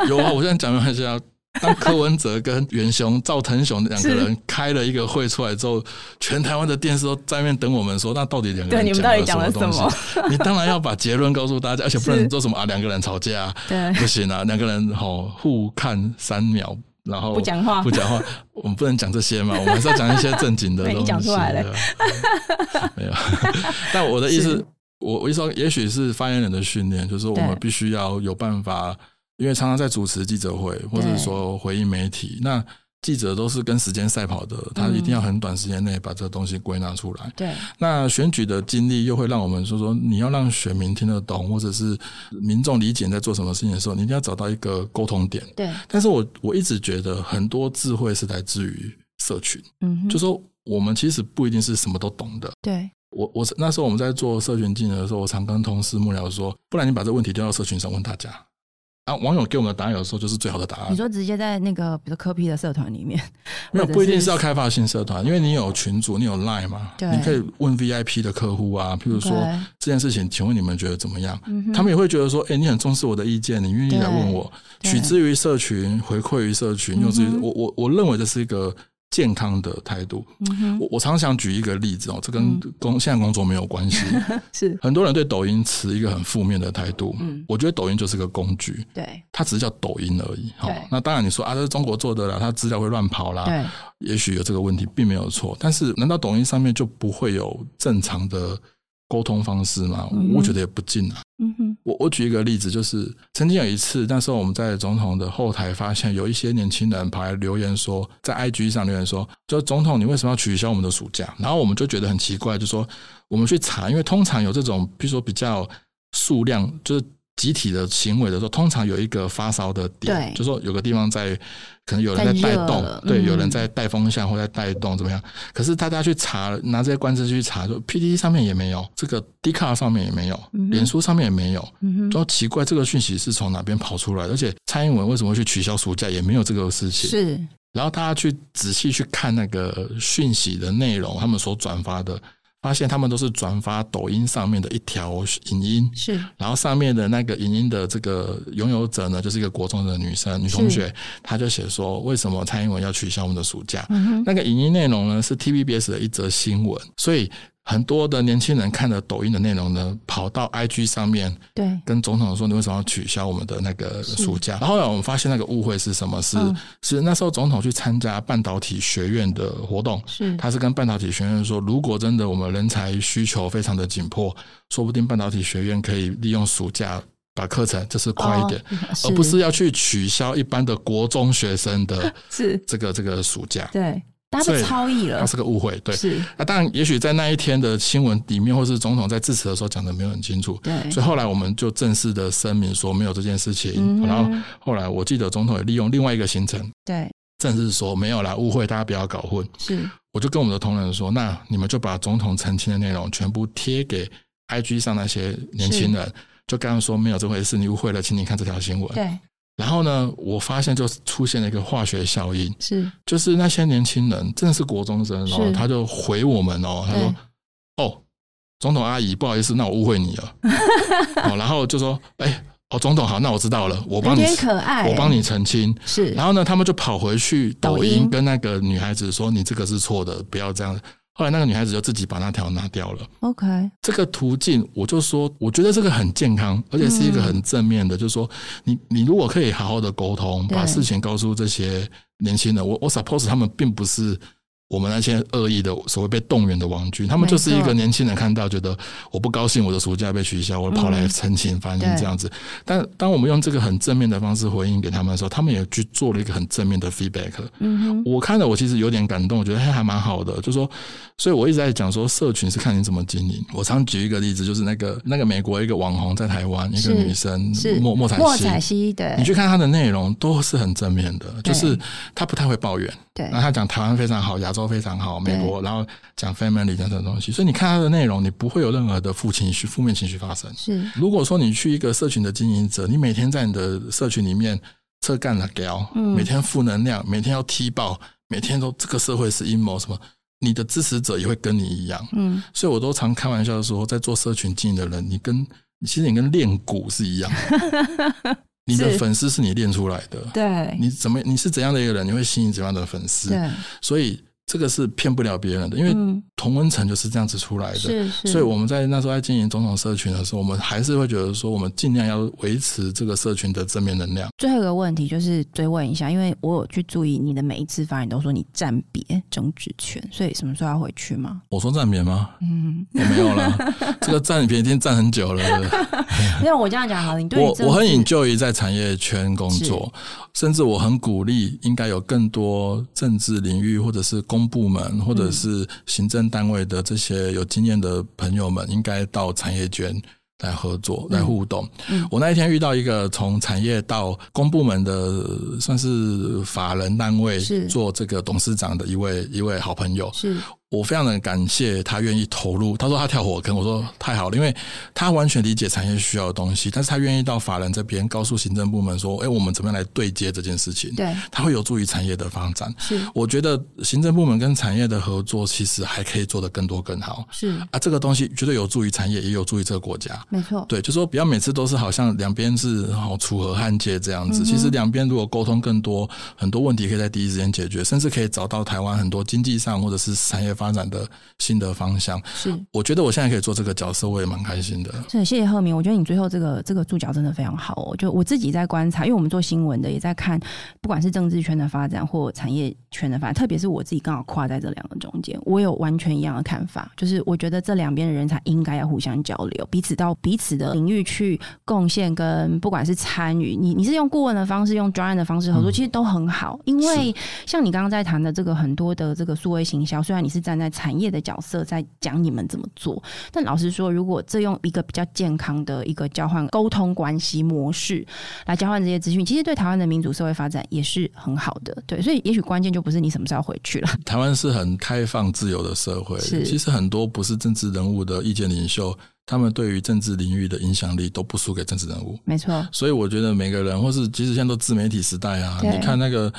Speaker 2: 有啊，我现在讲没关系啊。当柯文哲跟袁雄、赵腾雄两个人开了一个会出来之后，全台湾的电视都在那边等我们说，那到底两个
Speaker 1: 对
Speaker 2: 人
Speaker 1: 你们到底讲了
Speaker 2: 了东西
Speaker 1: 什么？
Speaker 2: 你当然要把结论告诉大家，而且不
Speaker 1: 是
Speaker 2: 能做什么啊，两个人吵架、
Speaker 1: 对，
Speaker 2: 不行啊，两个人吼互看三秒，然后
Speaker 1: 不讲话
Speaker 2: 不讲话，我们不能讲这些嘛，我们还是要讲一些正经的
Speaker 1: 对
Speaker 2: 东
Speaker 1: 你
Speaker 2: 西。
Speaker 1: 讲出来了
Speaker 2: 对， 没有。 但我的意思
Speaker 1: 是，
Speaker 2: 我我意思说，也许是发言人的训练，就是我们
Speaker 1: 对
Speaker 2: 必须要有办法，因为常常在主持记者会，或者说回应媒体，那记者都是跟时间赛跑的，他一定要很短时间内把这东西归纳出来。
Speaker 1: 对，
Speaker 2: 那选举的经历又会让我们说说，你要让选民听得懂，或者是民众理解你在做什么事情的时候，你一定要找到一个沟通点。
Speaker 1: 对，
Speaker 2: 但是我我一直觉得很多智慧是来自于社群，
Speaker 1: 嗯哼，
Speaker 2: 就说我们其实不一定是什么都懂的。
Speaker 1: 对，
Speaker 2: 我我那时候我们在做社群技能的时候，我常跟同事幕僚说，不然你把这问题丢到社群上问大家。啊，网友给我们的答案有时候就是最好的答
Speaker 1: 你
Speaker 2: 案。
Speaker 1: 说直接在那个比如说科批的社团里面，
Speaker 2: 啊 没有
Speaker 1: 或者
Speaker 2: 不一定是要开发新社团，因为你有群组，你有 Line 嘛，
Speaker 1: 对
Speaker 2: 你可以问 VIP 的客户啊，譬如说
Speaker 1: 对
Speaker 2: 这件事情，请问你们觉得怎么样？
Speaker 1: 嗯
Speaker 2: 他们也会觉得说，哎、你很重视我的意见，你愿意来问我，
Speaker 1: 对
Speaker 2: 取之于社群，回馈于社群，用之于、
Speaker 1: 嗯哼
Speaker 2: 我我我认为这是一个健康的态度。
Speaker 1: 嗯哼，
Speaker 2: 我我常想举一个例子哦，这跟工、现在工作没有 关系。
Speaker 1: 是
Speaker 2: 很多人对抖音持一个很负面的态度，
Speaker 1: 嗯
Speaker 2: 我觉得抖音就是个工具，
Speaker 1: 对
Speaker 2: 它只是叫抖音而已。
Speaker 1: 对
Speaker 2: 那当然你说啊，这是中国做的啦，它资料会乱跑啦，
Speaker 1: 对，
Speaker 2: 也许有这个问题，并没有错。但是难道抖音上面就不会有正常的沟通方式吗？
Speaker 1: 嗯
Speaker 2: 我觉得也不尽啊。
Speaker 1: 嗯哼，
Speaker 2: 我我举一个例子，就是曾经有一次，那时候我们在总统的后台发现有一些年轻人跑来留言说，在 IG 上留言说，就总统你为什么要取消我们的暑假？然后我们就觉得很奇怪，就说我们去查，因为通常有这种，比如说比较数量就是。集体的行为的时候，通常有一个发烧的点，
Speaker 1: 对
Speaker 2: 就说有个地方在，可能有人在
Speaker 1: 太
Speaker 2: 带
Speaker 1: 热
Speaker 2: 动
Speaker 1: 了，
Speaker 2: 对，
Speaker 1: 嗯
Speaker 2: 有人在带风向或在带动怎么样？可是大家去查，拿这些官司去查，说 P D 上面也没有，这个 D 卡上面也没有
Speaker 1: 嗯哼，
Speaker 2: 脸书上面也没有，
Speaker 1: 嗯哼，
Speaker 2: 都奇怪这个讯息是从哪边跑出来的，而且蔡英文为什么会去取消暑假也没有这个事情。
Speaker 1: 是
Speaker 2: 然后大家去仔细去看那个讯息的内容，他们所转发的，发现他们都是转发抖音上面的一条影音，
Speaker 1: 是，
Speaker 2: 然后上面的那个影音的这个拥有者呢，就是一个国中的女生女同学，她就写说为什么蔡英文要取消我们的暑假？
Speaker 1: 嗯哼，
Speaker 2: 那个影音内容呢是 TVBS 的一则新闻，所以很多的年轻人看了抖音的内容呢，跑到 IG 上面
Speaker 1: 对，
Speaker 2: 跟总统说，你为什么要取消我们的那个
Speaker 1: 是
Speaker 2: 暑假？然后后来我们发现那个误会是什么？是、
Speaker 1: 嗯
Speaker 2: 是那时候总统去参加半导体学院的活动，
Speaker 1: 是，
Speaker 2: 他是跟半导体学院说，如果真的我们人才需求非常的紧迫，说不定半导体学院可以利用暑假把课程就是快一点，
Speaker 1: 哦，
Speaker 2: 而不是要去取消一般的国中学生 的
Speaker 1: 是，
Speaker 2: 这个这个暑假。
Speaker 1: 对，大家被
Speaker 2: 所以
Speaker 1: 超译了
Speaker 2: 它，是个误会，对。
Speaker 1: 是，
Speaker 2: 那当然，也许在那一天的新闻里面，或是总统在致辞的时候讲的没有很清楚，
Speaker 1: 对，
Speaker 2: 所以后来我们就正式的声明说没有这件事情。
Speaker 1: 嗯哼
Speaker 2: 然后后来我记得总统也利用另外一个行程，
Speaker 1: 对，
Speaker 2: 正式说没有啦，误会，大家不要搞混。
Speaker 1: 是，
Speaker 2: 我就跟我们的同仁说，那你们就把总统澄清的内容全部贴给 IG 上那些年轻人，就跟他们说没有这回事，你误会了，请你看这条新闻。
Speaker 1: 对，
Speaker 2: 然后呢，我发现就出现了一个化学效应，
Speaker 1: 是，
Speaker 2: 就是那些年轻人，真的是国中生哦
Speaker 1: 是，
Speaker 2: 他就回我们哦，他说
Speaker 1: 对，
Speaker 2: 哦，总统阿姨，不好意思，那我误会你 了。哦，然后就说，哎、哦，总统好，那我知道了，我
Speaker 1: 有
Speaker 2: 帮你，
Speaker 1: 点可爱，
Speaker 2: 我帮你澄清。
Speaker 1: 是，
Speaker 2: 然后呢，他们就跑回去抖
Speaker 1: 抖
Speaker 2: 音
Speaker 1: 音
Speaker 2: 跟那个女孩子说，你这个是错的，不要这样。后来那个女孩子就自己把那条拿掉了。
Speaker 1: OK，
Speaker 2: 这个途径，我就说，我觉得这个很健康，而且是
Speaker 1: 嗯
Speaker 2: 一个很正面的，就是说，你你如果可以好好的沟通，
Speaker 1: 对
Speaker 2: 把事情告诉这些年轻人，我我 suppose 他们并不是我们那些恶意的所谓被动员的王军，他们就是一
Speaker 1: 没错
Speaker 2: 个年轻人看到觉得我不高兴，我的暑假被取消，我跑来申请翻译
Speaker 1: 嗯对
Speaker 2: 这样子。但当我们用这个很正面的方式回应给他们的时候，他们也去做了一个很正面的 feedback。
Speaker 1: 嗯哼，
Speaker 2: 我看了，我其实有点感动，我觉得还还蛮好的。就说，所以我一直在讲说，社群是看你怎么经营。我常举一个例子，就是那个那个美国一个网红在台湾，一个
Speaker 1: 是
Speaker 2: 女生
Speaker 1: 是
Speaker 2: 莫莫彩
Speaker 1: 莫
Speaker 2: 希，
Speaker 1: 彩希，对
Speaker 2: 你，去看她的内容都是很正面的，
Speaker 1: 对
Speaker 2: 就是她不太会抱怨。
Speaker 1: 对
Speaker 2: 那，她讲台湾非常好，亚洲非常好，美国，然后讲 family 讲这种东西，所以你看她的内容，你不会有任何的负情绪、负面情绪发生。
Speaker 1: 是，
Speaker 2: 如果说你去一个社群的经营者，你每天在你的社群里面扯干了聊，
Speaker 1: 嗯
Speaker 2: 每天负能量，每天要踢爆，每天都这个社会是阴谋什么，你的支持者也会跟你一样。
Speaker 1: 嗯，
Speaker 2: 所以我都常开玩笑说，在做社群经营的人，你跟你其实你跟练鼓是 一样的，你的
Speaker 1: 是
Speaker 2: 粉丝是你练出来的。
Speaker 1: 对，
Speaker 2: 你怎么你是怎样的一个人，你会吸引怎样的粉丝，
Speaker 1: 对，
Speaker 2: 所以这个是骗不了别人的，因为
Speaker 1: 嗯，
Speaker 2: 同温层就是这样子出来的。
Speaker 1: 是是，
Speaker 2: 所以我们在那时候在经营总统社群的时候，我们还是会觉得说，我们尽量要维持这个社群的正面能量。
Speaker 1: 最后一个问题就是追问一下，因为我有去注意你的每一次发言都说你占别政治权，所以什么时候要回去吗？
Speaker 2: 我说站扁吗？
Speaker 1: 嗯，
Speaker 2: 我没有啦，这个站扁已经站很久了。
Speaker 1: 没有，我这样讲好了，你对于
Speaker 2: 我
Speaker 1: 政
Speaker 2: 我很
Speaker 1: 治
Speaker 2: enjoy 在产业圈工作，甚至我很鼓励应该有更多政治领域或者是公部门或
Speaker 1: 嗯
Speaker 2: 者是行政单位的这些有经验的朋友们，应该到产业圈。来合作，来互动。
Speaker 1: 嗯
Speaker 2: 我那一天遇到一个从产业到公部门的，呃算是法人单位
Speaker 1: 是
Speaker 2: 做这个董事长的一位一位好朋友。
Speaker 1: 是
Speaker 2: 我非常的感谢他愿意投入。他说他跳火坑，我说太好了，因为他完全理解产业需要的东西，但是他愿意到法人这边告诉行政部门说：“哎、我们怎么样来对接这件事情？”
Speaker 3: 对，
Speaker 2: 它会有助于产业的发展。
Speaker 3: 是
Speaker 2: 我觉得行政部门跟产业的合作，其实还可以做得更多更好
Speaker 3: 是，
Speaker 2: 啊！这个东西绝对有助于产业，也有助于这个国家。
Speaker 3: 没错，
Speaker 2: 对，就说不要每次都是好像两边是好楚河汉界这样子。其实两边如果沟通更多，很多问题可以在第一时间解决，甚至可以找到台湾很多经济上或者是产业发展的新的方向。
Speaker 3: 是。
Speaker 2: 我觉得我现在可以做这个角色，我也蛮开心的。
Speaker 1: 是，谢谢赫明。我觉得你最后这个这个注脚真的非常好、哦。就我自己在观察，因为我们做新闻的也在看，不管是政治圈的发展或产业圈的发展，特别是我自己刚好跨在这两个中间，我有完全一样的看法，就是我觉得这两边的人才应该要互相交流，彼此到彼此的领域去贡献，跟不管是参与，你你是用顾问的方式，用专案的方式合作，其实都很好，因为像你刚刚在谈的这个很多的这个数位行销，虽然你是站在产业的角色在讲你们怎么做，但老实说，如果这用一个比较健康的一个交换沟通关系模式来交换这些资讯，其实对台湾的民主社会发展也是很好的。对，所以也许关键就不是你什么时候回去了，
Speaker 2: 台湾是很开放自由的社会
Speaker 1: 是，
Speaker 2: 其实很多不是政治人物的意见领袖，他们对于政治领域的影响力都不输给政治人物。
Speaker 1: 没错，
Speaker 2: 所以我觉得每个人，或是即使现在都自媒体时代啊，
Speaker 3: 对
Speaker 2: 你看那个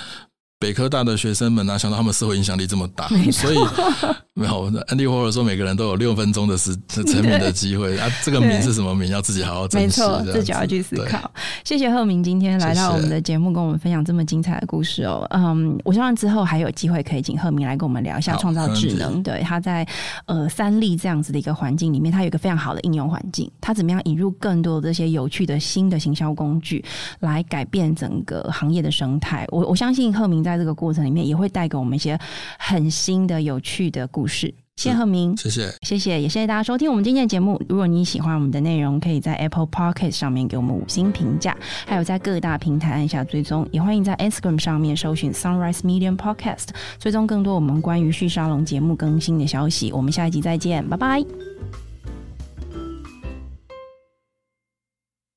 Speaker 2: 北科大的学生们啊，想到他们社会影响力这么大
Speaker 1: 没，错
Speaker 2: 所以没有安迪霍尔说，每个人都有六分钟的时成名的机会啊，这个名是什么名，要自己好好珍
Speaker 1: 没
Speaker 2: 惜，
Speaker 1: 错，
Speaker 2: 这
Speaker 1: 自己
Speaker 2: 样子
Speaker 1: 要去思。
Speaker 2: 对
Speaker 1: 考。谢谢贺明今天来到
Speaker 2: 谢谢
Speaker 1: 我们的节目，跟我们分享这么精彩的故事哦。嗯，我希望之后还有机会可以请贺明来跟我们聊一下
Speaker 2: 好
Speaker 1: 创造智
Speaker 2: 没问
Speaker 1: 能。对，他在呃三立这样子的一个环境里面，他有一个非常好的应用环境，他怎么样引入更多的这些有趣的新的行销工具，来改变整个行业的生态。我我相信贺明在这个过程里面也会带给我们一些很新的、有趣的故事。谢谢
Speaker 2: 是
Speaker 1: 贺明，
Speaker 2: 谢谢，
Speaker 1: 谢谢，也谢谢大家收听我们今天的节目。如果你喜欢我们的内容，可以在 Apple Pocket 上面给我们五星评价，还有在各大平台按下追踪。也欢迎在 Instagram 上面搜寻 Sunrise Medium Podcast，追踪更多我们关于旭沙龙节目更新的消息。我们下一集再见，拜拜。